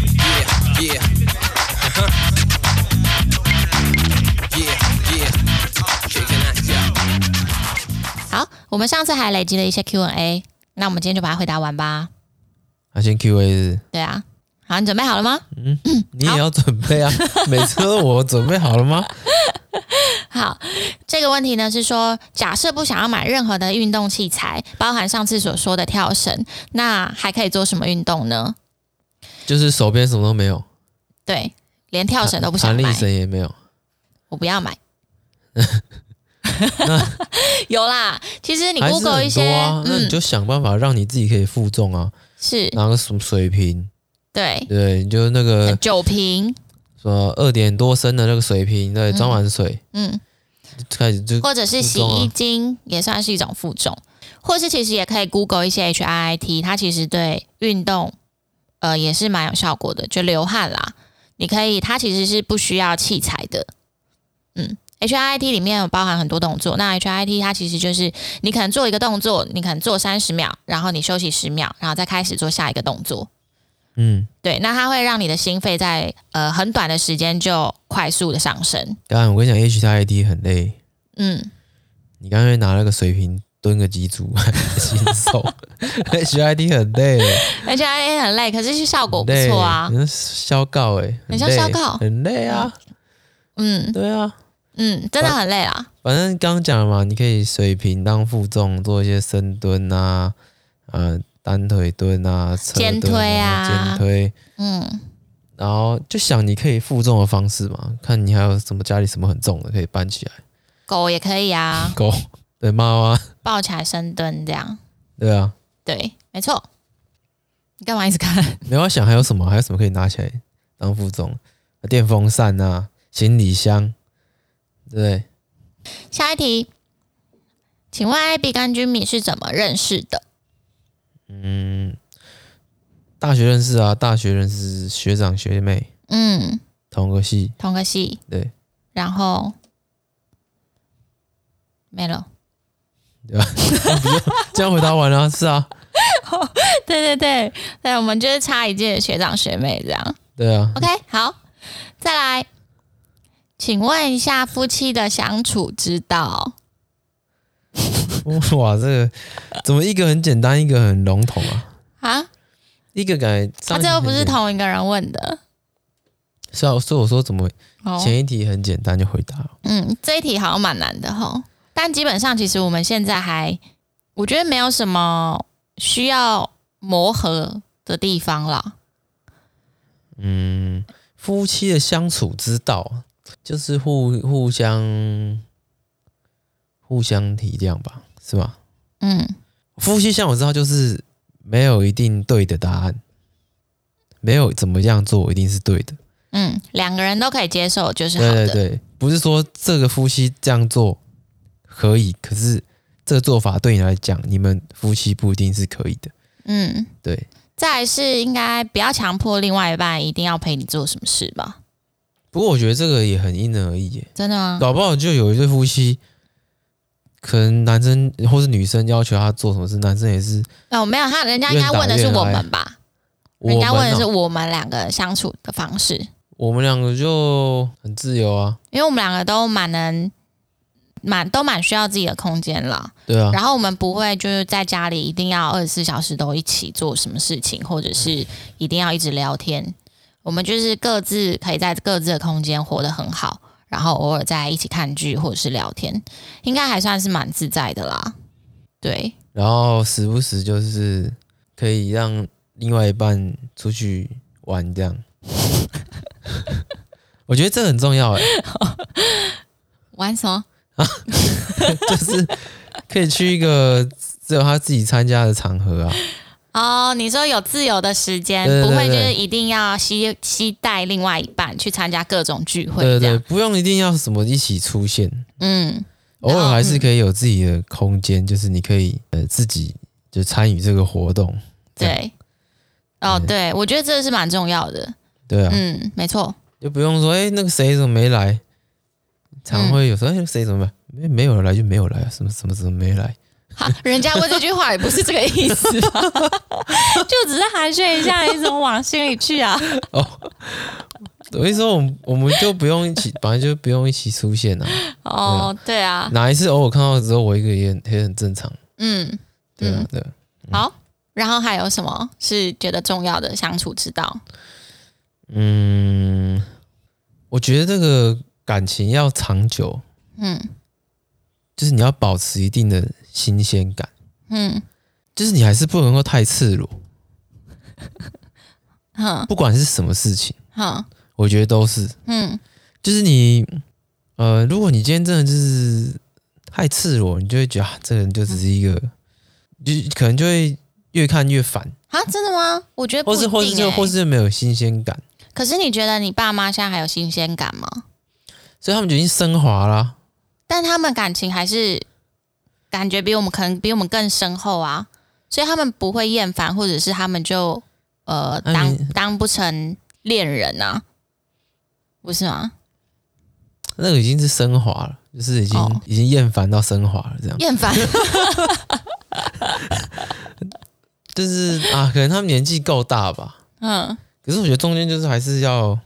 S2: 好，我们上次还累积了一些 Q&A，那我们今天就把它回答完吧。
S1: 那啊先 Q A 是，
S2: 对啊，好，你准备好了吗？
S1: 你也要准备
S2: [LAUGHS]
S1: 啊！每次都我准备好了吗？
S2: 好，这个问题呢是说，假设不想要买任何的运动器材，包含上次所说的跳绳，那还可以做什么运动呢？
S1: 就是手边什么都没有，
S2: 对，连跳绳都不想
S1: 弹
S2: 买
S1: 力，绳也没有。
S2: 我不
S1: [LAUGHS]
S2: 要买。 [LAUGHS] 有啦，其实你
S1: 还是
S2: Google 一
S1: 很多
S2: 些，
S1: 啊，那你
S2: 嗯，
S1: 就想办法让你自己可以负重啊，
S2: 是
S1: 拿个什么水瓶，
S2: 对，
S1: 对，你就那个
S2: 酒瓶，
S1: 什么二点多升的那个水瓶，对，装满水、
S2: 嗯，
S1: 就开始就
S2: 或者是洗衣精也算是一种负重，或是其实也可以 Google 一些 HIIT，它其实对运动呃也是蛮有效果的，就流汗啦，你可以它其实是不需要器材的，嗯。HIIT 里面有包含很多动作，那 HIIT 它其实就是你可能做一个动作，你可能做三十秒，然后你休息十秒，然后再开始做下一个动作。
S1: 嗯，
S2: 对，那它会让你的心肺在呃很短的时间就快速的上升。
S1: 当然我跟你讲，H I T 很累，
S2: 嗯，
S1: 你干脆拿那个水瓶蹲个几组，轻
S2: [LAUGHS]
S1: 松。H I T 很累，
S2: 而且 A 很累，可是效果
S1: 很
S2: 不
S1: 累
S2: 错啊。
S1: 你是消告哎、
S2: 很像
S1: 累
S2: 消告
S1: 很累啊，
S2: 嗯
S1: 对啊。
S2: 嗯，真的很累啦。
S1: 反正刚刚讲了嘛，你可以水平当负重，做一些深蹲啊，呃，单腿蹲啊，侧
S2: 肩
S1: 蹲
S2: 推啊
S1: 肩推，
S2: 嗯，
S1: 然后就想你可以负重的方式嘛，看你还有什么家里什么很重的可以搬起来，
S2: 狗也可以啊，
S1: 狗对猫啊，
S2: 抱起来深蹲这样。
S1: 对啊，
S2: 对，没错。你干嘛一直看？
S1: 你要想还有什么，还有什么可以拿起来当负重，电风扇啊，行李箱，对不对，
S2: 下一题，请问艾比跟 Jimmy 是怎么认识的？
S1: 嗯，大学认识啊，大学认识学长学妹，
S2: 嗯，
S1: 同个系，
S2: 同个系，
S1: 对。
S2: 然后没了。
S1: 这样回答完了、是啊，
S2: 对对对对，我们就是差一届的学长学妹这样。
S1: 对啊，
S2: OK，好，再来，请问一下夫妻的相处之道。
S1: [LAUGHS] 哇，这个怎么一个很简单，一个很笼统啊？
S2: 啊，
S1: 一个感觉上一题
S2: 他
S1: 很简，
S2: 这又不是同一个人问的
S1: 是啊，所以我说怎么
S2: 哦。
S1: 前一题很简单就回答了，
S2: 嗯，这一题好像蛮难的哈，但基本上其实我们现在还，我觉得没有什么需要磨合的地方啦。
S1: 嗯，夫妻的相处之道就是互互相互相体谅吧，是吧？
S2: 嗯，
S1: 夫妻相处之道就是没有一定对的答案，没有怎么样做一定是对的，
S2: 嗯，两个人都可以接受就是好
S1: 对
S2: 的。
S1: 对对，不是说这个夫妻这样做可以，可是这个做法对你来讲，你们夫妻不一定是可以的。
S2: 嗯，
S1: 对，
S2: 再来是应该不要强迫另外一半一定要陪你做什么事吧？
S1: 不过我觉得这个也很因人而异耶，
S2: 真的吗？
S1: 搞不好就有一对夫妻，可能男生或是女生要求他做什么事，男生也是
S2: 哦，没有，他人家应该问的是我们吧？
S1: 我
S2: 人
S1: 们、
S2: 家
S1: 啊、
S2: 问的是我们两个相处的方式。
S1: 我们两个就很自由啊，
S2: 因为我们两个都蛮能，蛮都蛮需要自己的空间了。
S1: 对啊，
S2: 然后我们不会就是在家里一定要二十四小时都一起做什么事情，或者是一
S1: 嗯
S2: 定要一直聊天。我们就是各自可以在各自的空间活得很好，然后偶尔在一起看剧或者是聊天，应该还算是蛮自在的啦。对，
S1: 然后时不时就是可以让另外一半出去玩
S2: [LAUGHS]
S1: 这样。我觉得这很重要哎，
S2: 玩什么？
S1: [LAUGHS] 就是可以去一个只有他自己参加的场合啊，
S2: 哦，你说有自由的时间，
S1: 对对对
S2: 不会就
S1: 对
S2: 是一定要期期待另外一半去参加各种聚会
S1: 对
S2: 这
S1: 对，
S2: 样。
S1: 不用一定要什么一起出现，
S2: 嗯，
S1: 偶尔还是可以有自己的空间，就是你可以呃自己就参与这个活动。这样
S2: 对。哦，对，我觉得这是蛮重要的。
S1: 对啊，
S2: 嗯，没错。
S1: 就不用说哎、诶那个谁怎么没来？常会有
S2: 嗯
S1: 时候哎那个谁怎么没没有来就没有来啊，什么什么什么没来？
S2: 哈，人家问这句话也不是这个意思
S1: [LAUGHS]
S2: 吧？就只是寒暄一下，你怎么往心里
S1: [LAUGHS]
S2: 去啊？
S1: 我一说我们我们就不用一起， [LAUGHS] 本来就不用一起出现啊。
S2: 哦，对啊，
S1: 哪一次偶尔看到之后，我一个也很也很正常。
S2: 嗯，
S1: 对啊，对啊
S2: 好。然后还有什么是觉得重要的相处之道？
S1: 嗯，我觉得这个感情要长久，
S2: 嗯
S1: 就是你要保持一定的新鲜感，
S2: 嗯
S1: 就是你还是不能够太赤
S2: [LAUGHS]
S1: 裸，
S2: 哼
S1: 不管是什么事情，
S2: 哼
S1: 我觉得都是，
S2: 嗯
S1: 就是你，呃，如果你今天真的就是太赤裸，你就会觉得、啊、这个人就只是一个，就可能就会越看越烦，
S2: 啊，真的吗？我觉得不
S1: 或
S2: 一定、
S1: 是
S2: 欸、
S1: 或是就或是就没有新鲜感，
S2: 可是你觉得你爸妈现在还有新鲜感吗？
S1: 所以他们就已经升华啦。
S2: 但他们感情还是感觉比我们可能比我们更深厚啊，所以他们不会厌烦，或者是他们就呃
S1: 那
S2: 当
S1: 你
S2: 当不成恋人啊，不是吗？
S1: 那个已经是升华了，就是已经、
S2: 哦
S1: 已经厌烦到升华了，这样
S2: 厌 [LAUGHS] 烦
S1: 就是啊，可能他们年纪够大吧，
S2: 嗯
S1: 可是我觉得中间就是还是要，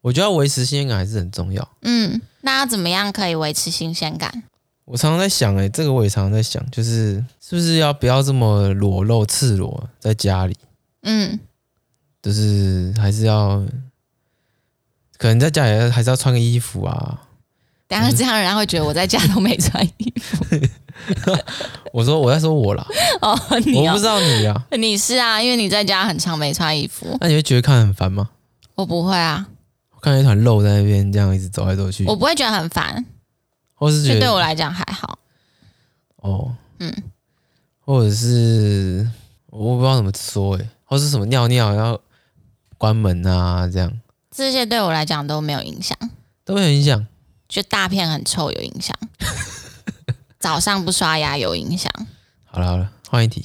S1: 我觉得要维持新鲜感还是很重要。
S2: 嗯，那要怎么样可以维持新鲜感？
S1: 我常常在想、欸，哎，这个我也常常在想，就是是不是要不要这么裸露、赤裸在家里，
S2: 嗯
S1: 就是还是要，可能在家里还是要穿个衣服啊。
S2: 等下这样人家会觉得我在家都没穿衣服
S1: 我说我在说我啦，
S2: 哦， [LAUGHS] 你
S1: 我不
S2: 哦
S1: 知道你啊，
S2: 你是啊，因为你在家很常没穿衣服，
S1: 那你会觉得看很烦吗？
S2: 我不会啊，
S1: 我看到一团肉在那边这样一直走来走去
S2: 我，不会觉得很烦，
S1: 或是
S2: 这
S1: 觉
S2: 对
S1: 得
S2: 我来讲还好。
S1: 哦，
S2: 嗯，
S1: 或者是我不知道怎么说、欸，哎，或是什么尿尿然后关门啊，这样
S2: 这些对我来讲都没有影响，
S1: 都没有影响。
S2: 就大便很臭有影
S1: [LAUGHS]
S2: 响，早上不刷牙有影响。
S1: 好了好了，换一题。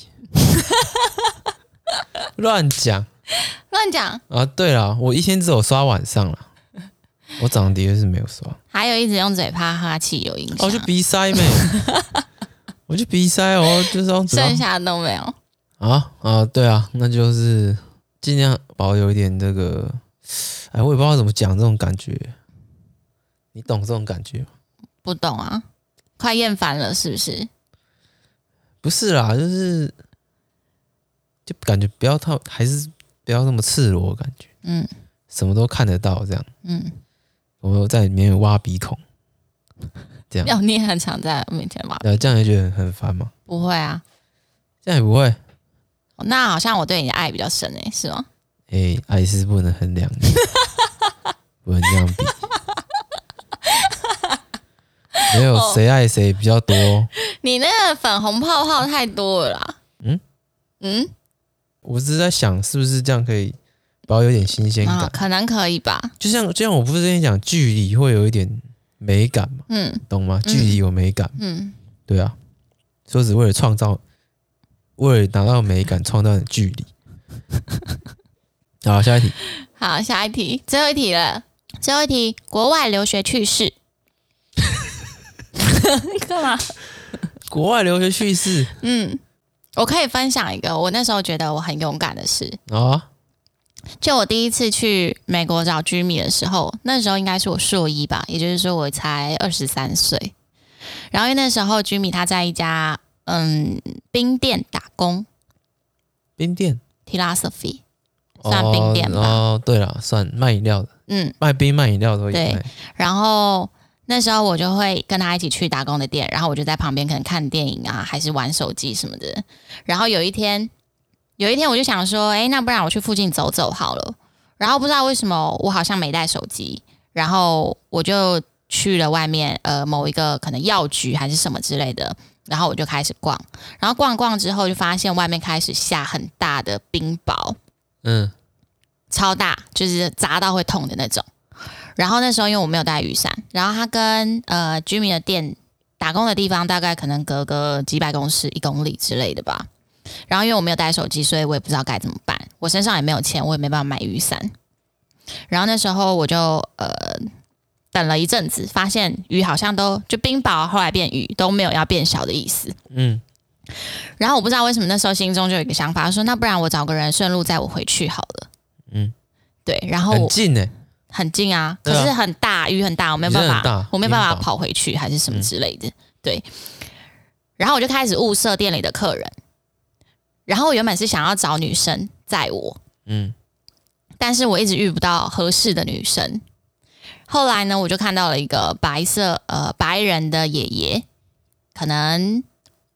S1: [LAUGHS] 乱讲
S2: 乱讲，
S1: 啊！对了，我一天只有刷晚上了，我早上的确是没有刷。
S2: 还有一直用嘴巴哈气有影
S1: 哦，我去
S2: 响，
S1: 鼻塞没？我去鼻塞哦，就是要怎
S2: 剩
S1: 样
S2: 下的都没有。
S1: 啊啊！对啊，那就是尽量保有一点这个，哎，我也不知道怎么讲这种感觉，你懂这种感觉吗？
S2: 不懂啊，快厌烦了是不是？
S1: 不是啦，就是就感觉不要太，还是不要那么赤裸，感觉
S2: 嗯
S1: 什么都看得到这样。
S2: 嗯，
S1: 我在里面挖鼻孔， [LAUGHS] 这样，
S2: 要你也很常在我面前吗？
S1: 呃，这样也觉得很很烦吗？
S2: 不会啊，
S1: 这样也不会，
S2: 那好像我对你的爱比较深诶、是吗？
S1: 哎、爱是不能衡量的，不能这样比，没有
S2: 哦
S1: 谁爱谁比较多哦。
S2: 你那个粉红泡泡太多了啦。
S1: 嗯
S2: 嗯，
S1: 我只是在想，是不是这样可以保有点新鲜
S2: 啊
S1: 感？
S2: 可能可以吧。
S1: 就像就像我不是之前讲，距离会有一点美感嘛，
S2: 嗯
S1: 懂吗？距离有美感，
S2: 嗯，
S1: 对啊，说只为了创造，为了达到美感，创造距离。好，下一题。
S2: 好，下一题，最后一题了。最后一题，国外留学趣事。 [LAUGHS] 干嘛？
S1: 国外留学趣事
S2: 嗯，我可以分享一个我那时候觉得我很勇敢的事。
S1: 啊，
S2: 就我第一次去美国找居米的时候，那时候应该是我硕一吧，也就是说我才二十三岁。然后因为那时候居米他在一家嗯冰店打工
S1: 冰店
S2: ，Philosophy，算冰店吧
S1: 哦哦，对了，算卖饮料的，
S2: 嗯，
S1: 卖冰卖饮料都有。
S2: 对
S1: 哎
S2: 然后那时候我就会跟他一起去打工的店，然后我就在旁边可能看电影啊，还是玩手机什么的。然后有一天，有一天我就想说，哎，那不然我去附近走走好了。然后不知道为什么我好像没带手机，然后我就去了外面呃某一个可能药局还是什么之类的，然后我就开始逛，然后逛逛之后就发现外面开始下很大的冰雹，
S1: 嗯，
S2: 超大，就是砸到会痛的那种。然后那时候因为我没有带雨伞，然后他跟呃 Jimmy 的店打工的地方大概可能隔个几百公尺、一公里之类的吧。然后因为我没有带手机，所以我也不知道该怎么办。我身上也没有钱，我也没办法买雨伞。然后那时候我就呃等了一阵子，发现雨好像都就冰雹，后来变雨都没有要变小的意思。
S1: 嗯，
S2: 然后我不知道为什么那时候心中就有一个想法，说那不然我找个人顺路载我回去好了。
S1: 嗯，
S2: 对。然后
S1: 很
S2: 我
S1: 近哎，
S2: 很近啊，
S1: 对
S2: 可
S1: 啊
S2: 是很大，雨很大，我没有办
S1: 雨真的很大嗯
S2: 法，我没有办法
S1: 冰雹
S2: 跑回去还是什么之类的。对，然后我就开始物色店里的客人，然后我原本是想要找女生载我，
S1: 嗯
S2: 但是我一直遇不到合适的女生。后来呢，我就看到了一个白色呃白人的爷爷，可能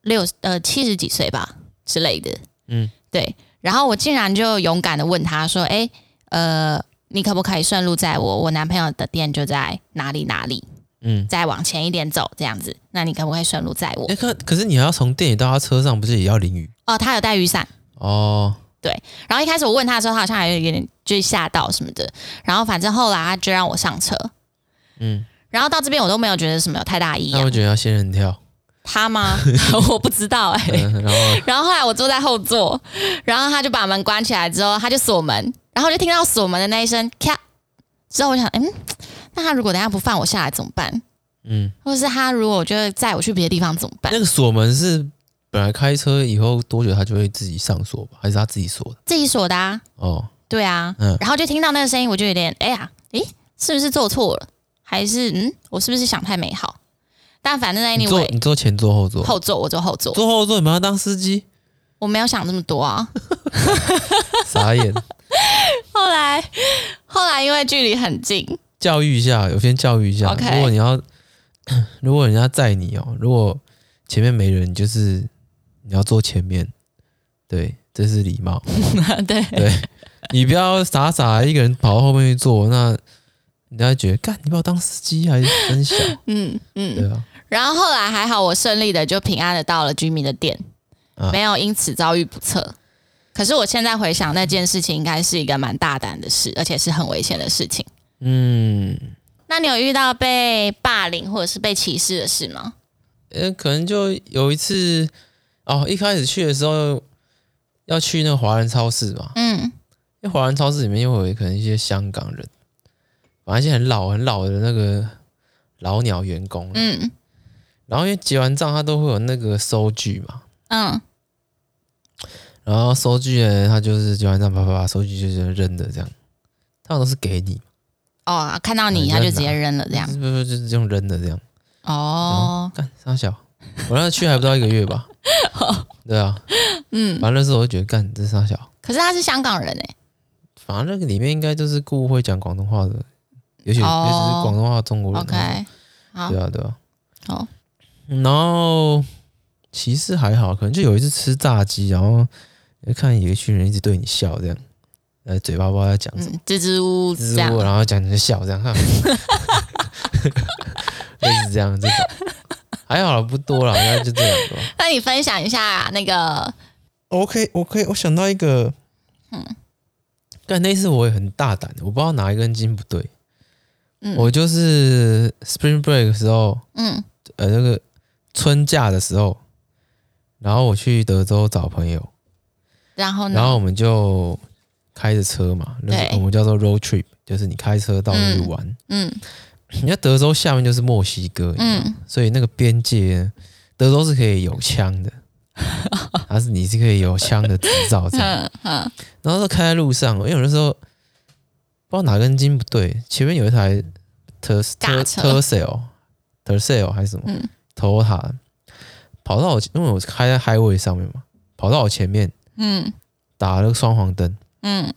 S2: 六呃七十几岁吧之类的，
S1: 嗯，
S2: 对。然后我竟然就勇敢的问他说：“哎，呃，你可不可以顺路载我？我男朋友的店就在哪里哪里，
S1: 嗯。
S2: 再往前一点走这样子。那你可不可以顺路载我
S1: 哎，可可是你还要从店里到他车上，不是也要淋雨？”
S2: 哦，他有带雨伞，
S1: 哦，
S2: 然后一开始我问他的时候，他好像还有点就是吓到什么的。然后反正后来他就让我上车，
S1: 嗯，
S2: 然后到这边我都没有觉得什么有太大异
S1: 那
S2: 样
S1: 我。觉得要仙人
S2: [LAUGHS]
S1: 跳，[LAUGHS]
S2: 他吗？我不知道哎、
S1: 嗯，然后
S2: 然后后来我坐在后座，然后他就把门关起来之后，他就锁门，然后我就听到锁门的那一声咔。之后我想，嗯，那他如果等一下不放我下来怎么办？
S1: 嗯，
S2: 或者是他如果就是载我去别的地方怎么办？
S1: 那个锁门是本来开车以后多久他就会自己上锁吧，还是他自己锁的？
S2: 自己锁的啊，
S1: 哦，
S2: 对啊，
S1: 嗯
S2: 然后就听到那个声音，我就有点哎呀，诶，是不是做错了？还是嗯，我是不是想太美好？但反正
S1: 你坐
S2: anyway，
S1: 你坐前座后座，
S2: 后座我坐后座，
S1: 坐后座你们要当司机，
S2: 我没有想这么多啊。
S1: 傻眼。
S2: 后来后来因为距离很近， [LAUGHS]
S1: 教育一下，有先教育一下。
S2: OK
S1: 如果你要， [CLEARS THROAT] 如果人家载你哦，如果前面没人，就是你要坐前面，对，这是礼
S2: [LAUGHS]
S1: 貌。
S2: 对，
S1: 你不要傻傻一个人跑到后面去坐，那人家觉得干你把我当司机啊还是真小，
S2: [LAUGHS] 嗯嗯。
S1: 对啊，
S2: 然后后来还好，我顺利的就平安的到了居民的店，
S1: 啊
S2: 没有因此遭遇不测。可是我现在回想那件事情，应该是一个蛮大胆的事，而且是很危险的事情。
S1: 嗯，
S2: 那你有遇到被霸凌或者是被歧视的事吗？
S1: 呃，可能就有一次哦，一开始去的时候要去那个华人超市嘛，
S2: 嗯
S1: 因为华人超市里面又有可能一些香港人，反正一些很老很老的那个老鸟员工，啊
S2: 嗯
S1: 然后因为结完账他都会有那个收据嘛，
S2: 嗯
S1: 然后收据呢他就是结完账啪啪啪，收据就是扔的这样，他都是给你，
S2: 哦，看到你
S1: 嗯
S2: 他就
S1: 认
S2: 直接扔了这样
S1: 不是不是就是用扔的这样，
S2: 哦，
S1: 干傻小，我那去还不到一个月
S2: [LAUGHS]
S1: 吧，对啊，
S2: 嗯，
S1: 反正那时候我就觉得干这傻小，
S2: 可是他是香港人哎、
S1: 反正那个里面应该就是顾会讲广东话的，也许也许是
S2: 哦
S1: 广东话中国人啊
S2: OK，好嗯
S1: 对啊对啊。
S2: 好，
S1: 然后其实还好，可能就有一次吃炸鸡，然后看有一群人一直对你笑，这样，呃，嘴巴不知道在讲什么，
S2: 嗯，支支吾吾
S1: 支
S2: 这
S1: 支
S2: 样
S1: 吾吾，，然后讲你就笑，这样，哈， [LAUGHS] 类似这样，这种还好啦不多啦，那就这样吧。
S2: 那你分享一下那个，
S1: 我可以，我可以，我想到一个，嗯，但那次我也很大胆，我不知道哪一根筋不对，
S2: 嗯
S1: 我就是 Spring Break 的时候，
S2: 嗯
S1: 呃，那个春假的时候，然后我去德州找朋友，
S2: 然后呢？
S1: 然后我们就开着车嘛，就是
S2: 哦对
S1: 我们叫做 road trip，就是你开车到那里
S2: 嗯
S1: 玩。
S2: 嗯
S1: 人家德州下面就是墨西哥，嗯，
S2: 嗯
S1: 所以那个边界呢，德州是可以有枪的，还是你是可以有枪的执照这样。
S2: 嗯嗯
S1: 然后就开在路上，因为有的时候不知道哪根筋不对，前面有一台 t e r s t e
S2: 大
S1: r
S2: 车
S1: t e r s e l t e r s e l 还是什么
S2: 嗯
S1: Toyota，跑到我，因为我开在 highway 上面嘛，跑到我前面
S2: 嗯
S1: 打了个双黄灯，
S2: 嗯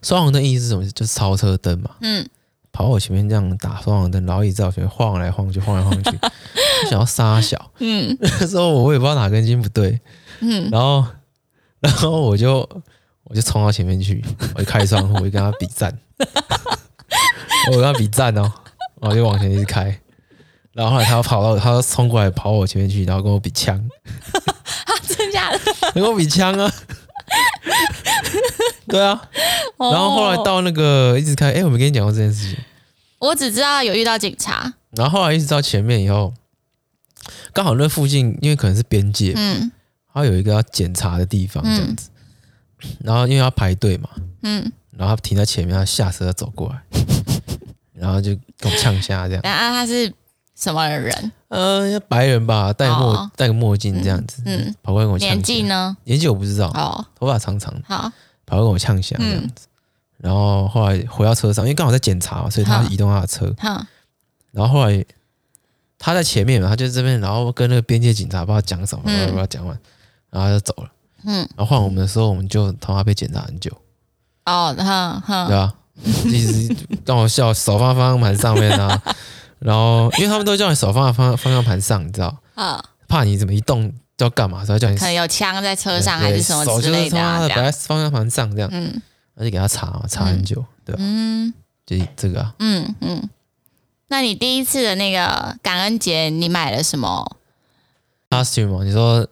S1: 双黄灯意思是什么？就是超车灯嘛。
S2: 嗯，
S1: 跑到我前面这样打双黄灯，然后一直在我前面晃来晃去，晃来
S2: [LAUGHS]
S1: 晃去，我想要杀小。
S2: 嗯
S1: 那时候我也不知道哪根筋不对，
S2: 嗯，
S1: 然后然后我就我就冲到前面去，我就开窗户，我就跟他比
S2: [LAUGHS]
S1: 赞，我跟他比赞哦，然后就往前一直开，然然后后来他跑到，他冲过来跑我前面去，然后跟我比枪，
S2: [LAUGHS] 真假的？
S1: 跟我比枪
S2: [LAUGHS]
S1: 啊。对啊， [LAUGHS] 然后后来
S2: 哦
S1: 到那个一直看，哎、我没跟你讲过这件事情。
S2: 我只知道有遇到警察，
S1: 然后后来一直到前面以后，刚好那附近因为可能是边界，
S2: 嗯
S1: 它有一个要检查的地方这样子。然后因为要排队嘛，
S2: 嗯，
S1: 然后他停在前面，他下车走过来，然后就跟我呛下这样。
S2: 然后他是什么人？
S1: 嗯、白人吧，戴墨、
S2: 哦
S1: 戴个墨镜这样子，
S2: 嗯嗯
S1: 跑过来跟我呛下。
S2: 年纪呢？
S1: 年纪我不知道，
S2: 哦，
S1: 头发长长的，
S2: 好，
S1: 跑过来跟我呛下这样
S2: 嗯
S1: 子。然后后来回到车上，因为刚好在检查嘛，所以他
S2: 好
S1: 移动他的车。
S2: 哼，
S1: 然后后来他在前面嘛，他就这边，然后跟那个边界警察不知道讲什么，
S2: 嗯
S1: 不知道讲完，然后他就走了。
S2: 嗯，
S1: 然后换我们的时候，我们就他妈被检查很久，
S2: 哦，哼
S1: 对
S2: 哼，
S1: 吧、 [LAUGHS] 一直让我笑，手放在方向盘上面啊，然后因为他们都叫你手放在方方向盘上，你知道，
S2: 好，
S1: 怕你怎么一动要干嘛，所以叫你
S2: 可能有枪在车
S1: 对
S2: 上还是什么
S1: 手
S2: 之
S1: 就是
S2: 类
S1: 他
S2: 的
S1: 妈
S2: 啊，
S1: 的
S2: 这
S1: 摆
S2: 样，
S1: 在方向盘上这样，
S2: 嗯
S1: 而且给他查嘛，查很久，对吧、
S2: 嗯
S1: 就是这个啊，
S2: 嗯嗯。那你第一次的那个感恩节，你买了什么？
S1: 哦 costume 嘛，你说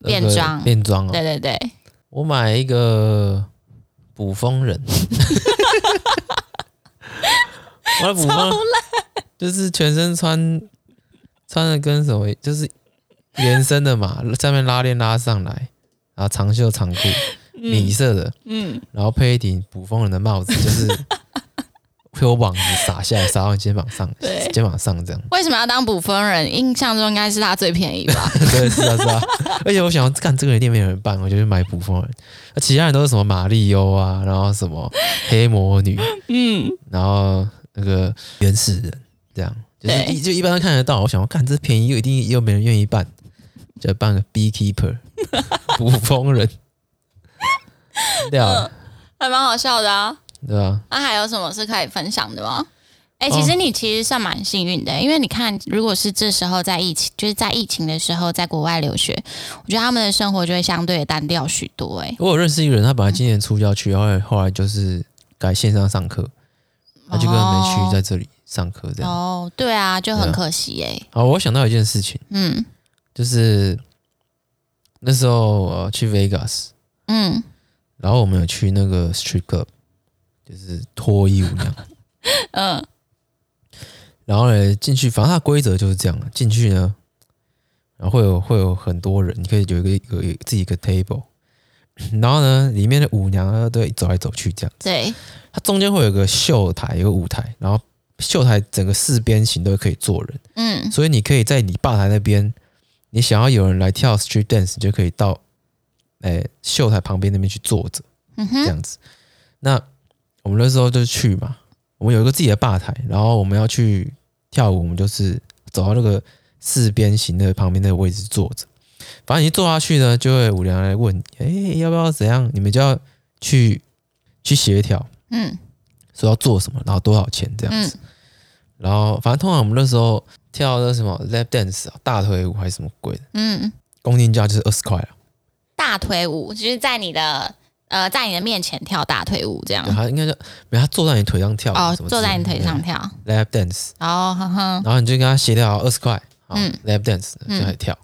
S1: 那个
S2: 变装
S1: 变装啊，
S2: 对对对，
S1: 我买一个捕风
S2: [LAUGHS]
S1: 人，我的捕风就是全身穿穿的跟什么，就是连身的嘛，下面拉链拉上来，然后长袖长裤，米色的，
S2: 嗯，
S1: 然后配一顶捕风人的帽子，就是 [LAUGHS] 会有网子撒下来，撒到你肩膀上
S2: 对，
S1: 肩膀上这样。
S2: 为什么要当捕风人？印象中应该是他最便宜
S1: [LAUGHS]
S2: 吧？
S1: 对，是啊，是啊。而且我想要干这个一定没有人办，我就去买捕风人。那其他人都是什么马里欧啊，然后什么黑魔女，
S2: [LAUGHS] 嗯，
S1: 然后那个原始人，这样就是
S2: 对
S1: 一就一般都看得到。我想要干这便宜又一定又没人愿意办，就办个 beekeeper [LAUGHS] 捕风人，对啊，
S2: 还蛮好笑的啊。
S1: 对吧、
S2: 那还有什么是可以分享的吗？哎、其实你其实算蛮幸运的、因为你看，如果是这时候在疫情，就是在疫情的时候，在国外留学，我觉得他们的生活就会相对单调许多、哎，
S1: 我有认识一个人，他本来今年初就要去，后来后来就是改线上上课，他就跟他们去在这里上课这样。
S2: 哦，对啊，就很
S1: 对啊
S2: 可惜、哎、
S1: 好，我想到一件事情。
S2: 嗯
S1: 就是那时候呃去 Vegas，
S2: 嗯，
S1: 然后我们有去那个 strip club，就是脱衣舞那样。
S2: 嗯，
S1: 然后呢，进去，反正它的规则就是这样。进去呢，然后会有会有很多人，你可以有一个一个有自己一个 table。然后呢，里面的舞娘啊都会走来走去这样。
S2: 对，
S1: 它中间会有个秀台，有个舞台，然后秀台整个四边形都可以坐人，
S2: 嗯
S1: 所以你可以在你吧台那边，你想要有人来跳 street dance，你就可以到，诶、秀台旁边那边去坐着。
S2: 嗯
S1: 这
S2: 哼，
S1: 样子。那我们那时候就去嘛，我们有一个自己的吧台，然后我们要去跳舞，我们就是走到那个四边形的旁边那个位置坐着。反正你坐下去呢，就会舞娘来问你，哎、要不要怎样？你们就要去去协调，
S2: 嗯
S1: 说要做什么，然后多少钱这样
S2: 嗯
S1: 子。然后反正通常我们那时候跳那什么 lap dance 啊，大腿舞还是什么鬼的，
S2: 嗯，
S1: 公定价就是二十块啊。
S2: 大腿舞就是在你的呃，在你的面前跳大腿舞这样
S1: 对，，他应该叫，没有他坐在你腿上跳
S2: 嗯
S1: 啊
S2: 哦，
S1: 什么之类的
S2: 坐在你腿上跳，
S1: 对 lap dance。
S2: 哦，哼哼，
S1: 然后你就跟他协调好二十块，好、
S2: 嗯
S1: lap dance
S2: 嗯
S1: 就开始跳，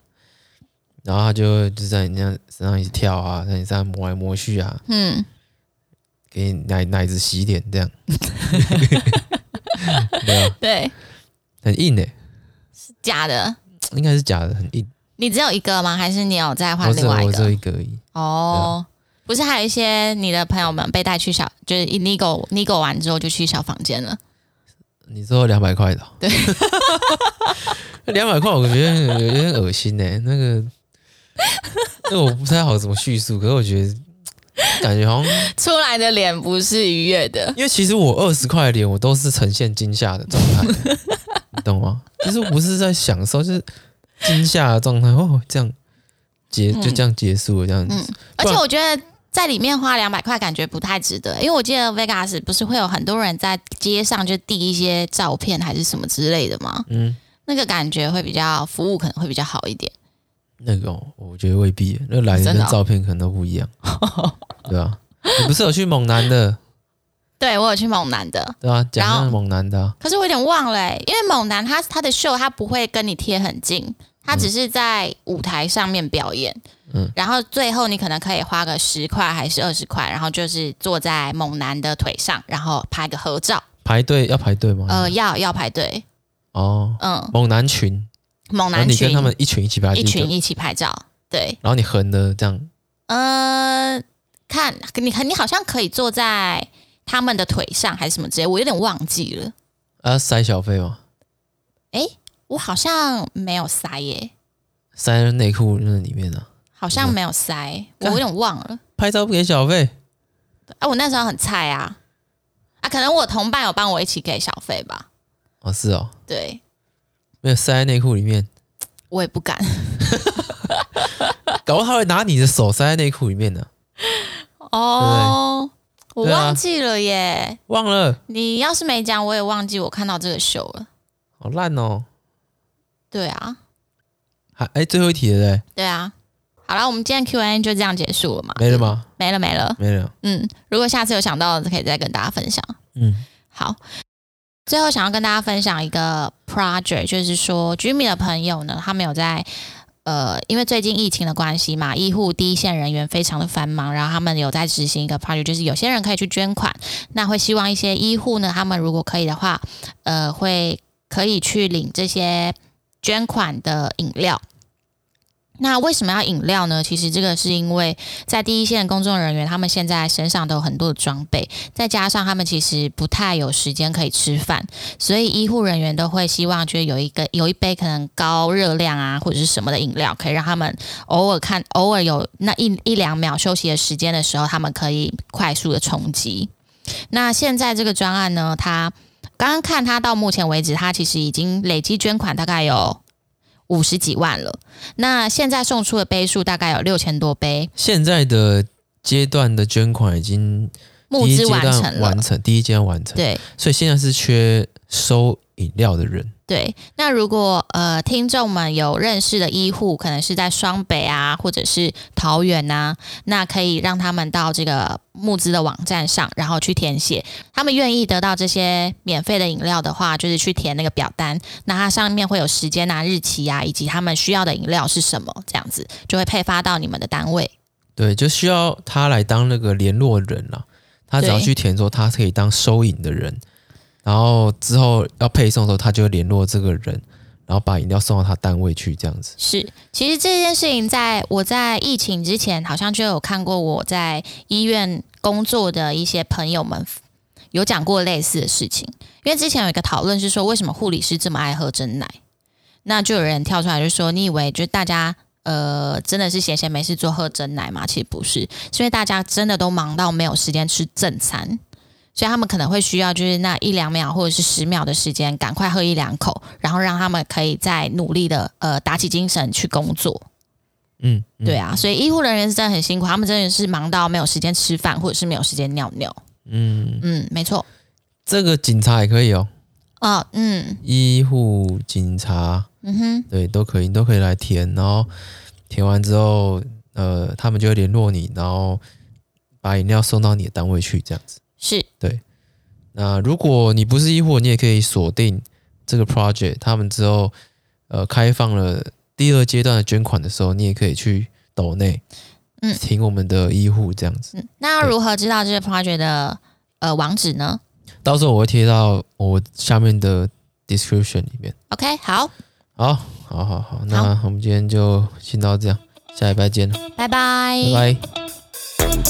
S1: 然后他就就在你那样身上一直跳啊，在你身上摸来摸去啊，
S2: 嗯，
S1: 给你奶奶子洗脸这样，
S2: [LAUGHS]
S1: [LAUGHS] 对啊，
S2: 对，
S1: 很硬诶、
S2: 假的。
S1: 应该是假的，很硬。
S2: 你只有一个吗？还是你有再换
S1: 我只
S2: 另外
S1: 我
S2: 一
S1: 只有
S2: 个？
S1: 一个而已，
S2: 哦，不是，还有一些你的朋友们被带去小，就是 illegal legal 完之后就去小房间了。
S1: 你说两百块的、
S2: 对，
S1: [LAUGHS] 两百块我觉得有点恶心诶、那个，那个我不太好怎么叙述，可是我觉得感觉好像
S2: 出来的脸不是愉悦的，
S1: 因为其实我二十块脸，我都是呈现惊吓的状态，
S2: [LAUGHS]
S1: 你懂吗？就是我不是在享受，就是惊吓的状态。哦，这样结
S2: 嗯
S1: 就这样结束了，这样子。
S2: 而
S1: 不然
S2: 且我觉得在里面花两百块感觉不太值得，因为我记得 Vegas 不是会有很多人在街上就递一些照片还是什么之类的吗？
S1: 嗯，
S2: 那个感觉会比较服务可能会比较好一点。
S1: 那个哦我觉得未必，那个来的
S2: 真的
S1: 跟
S2: 哦
S1: 照片可能都不一样，对吧、啊？你不是有去猛男的？
S2: 对我有去猛男的，
S1: 对啊，讲
S2: 然
S1: 那
S2: 后
S1: 个猛男的啊、
S2: 可是我有点忘了、欸，因为猛男他他的秀他不会跟你贴很近，他只是在舞台上面表演，
S1: 嗯
S2: 嗯，然后最后你可能可以花个十块还是二十块，然后就是坐在猛男的腿上，然后拍个合照，
S1: 排队要排队吗？
S2: 呃，要要排队，
S1: 哦，
S2: 嗯，
S1: 猛男群，
S2: 猛
S1: 然后
S2: 男
S1: 你
S2: 群
S1: 跟他们一群一起排第
S2: 一
S1: 一个
S2: 群，一起拍照，对，
S1: 然后你横的这样，
S2: 呃，看你看你好像可以坐在他们的腿上还是什么之类，我有点忘记了，
S1: 啊，塞小费吗？
S2: 我好像没有塞耶、
S1: 塞内裤那里面啊，
S2: 好像没有塞，我有点忘了。
S1: 拍照不给小费，
S2: 啊，我那时候很菜啊，啊，可能我同伴有帮我一起给小费吧，
S1: 哦，是哦，
S2: 对
S1: 没有塞在内裤里面， [LAUGHS]
S2: 我也不敢，
S1: 搞不好他会拿你的手塞在内裤里面呢、
S2: 哦，我
S1: 对啊
S2: 忘记了耶，
S1: 忘了，
S2: 你要是没讲，我也忘记我看到这个秀了，
S1: 好烂哦，
S2: 对啊，
S1: 还哎，最后一题了嘞，
S2: 对啊，好了，我们今天 Q&A 就这样结束了嘛，
S1: 没了？吗？
S2: 没了没了，
S1: 没了，
S2: 嗯，如果下次有想到的，可以再跟大家分享。
S1: 嗯，
S2: 好，最后想要跟大家分享一个 project，就是说 Jimmy 的朋友呢，他们有在呃，因为最近疫情的关系嘛，医护第一线人员非常的繁忙，然后他们有在执行一个 project，就是有些人可以去捐款，那会希望一些医护呢，他们如果可以的话，呃，会可以去领这些捐款的饮料。那为什么要饮料呢？其实这个是因为在第一线的工作人员，他们现在身上都有很多的装备，再加上他们其实不太有时间可以吃饭，所以医护人员都会希望就是有一个有一杯可能高热量啊或者是什么的饮料，可以让他们偶尔看偶尔有那一一两秒休息的时间的时候，他们可以快速的冲击。那现在这个专案呢，它刚刚看它到目前为止，它其实已经累积捐款大概有五十几万了。那现在送出的杯数大概有六千多杯，
S1: 现在的阶段的捐款已经
S2: 募
S1: 第一
S2: 资
S1: 阶
S2: 完
S1: 段
S2: 成了
S1: 完。成，第一阶段完成，
S2: 对，
S1: 所以现在是缺收饮料的人，
S2: 对，那如果呃听众们有认识的医护，可能是在双北啊，或者是桃园呐、那可以让他们到这个募资的网站上，然后去填写。他们愿意得到这些免费的饮料的话，就是去填那个表单，那它上面会有时间啊、日期啊，以及他们需要的饮料是什么，这样子就会配发到你们的单位。
S1: 对，就需要他来当那个联络人啦。他只要
S2: 对
S1: 去填说他可以当收银的人，然后之后要配送的时候，他就会联络这个人，然后把饮料送到他单位去，这样子。
S2: 是，其实这件事情在我在疫情之前，好像就有看过我在医院工作的一些朋友们有讲过类似的事情。因为之前有一个讨论是说，为什么护理师这么爱喝真奶？那就有人跳出来就说，你以为就大家呃真的是闲闲没事做喝真奶吗？其实不是，是因为大家真的都忙到没有时间吃正餐。所以他们可能会需要就是那一两秒或者是十秒的时间，赶快喝一两口，然后让他们可以再努力的呃打起精神去工作。
S1: 嗯，嗯
S2: 对，啊，所以医护人员是真的很辛苦，他们真的是忙到没有时间吃饭，或者是没有时间尿尿。
S1: 嗯，
S2: 嗯，没错。
S1: 这个警察也可以哦，
S2: 哦，嗯
S1: 医护警察
S2: 嗯哼，
S1: 对都可以，你都可以来填，然后填完之后，呃，他们就会联络你，然后把饮料送到你的单位去，这样子。
S2: 是
S1: 那如果你不是医护，你也可以锁定这个 project，他们之后呃开放了第二阶段的捐款的时候，你也可以去抖内，
S2: 嗯
S1: 请我们的医护这样子。
S2: 嗯。那要如何知道这个 project 的呃网址呢
S1: 到时候我会贴到我下面的 description 里面。
S2: ？OK，好，
S1: 好，好，好，好，那我们今天就先到这样，下礼拜见了，
S2: 拜拜
S1: 拜拜。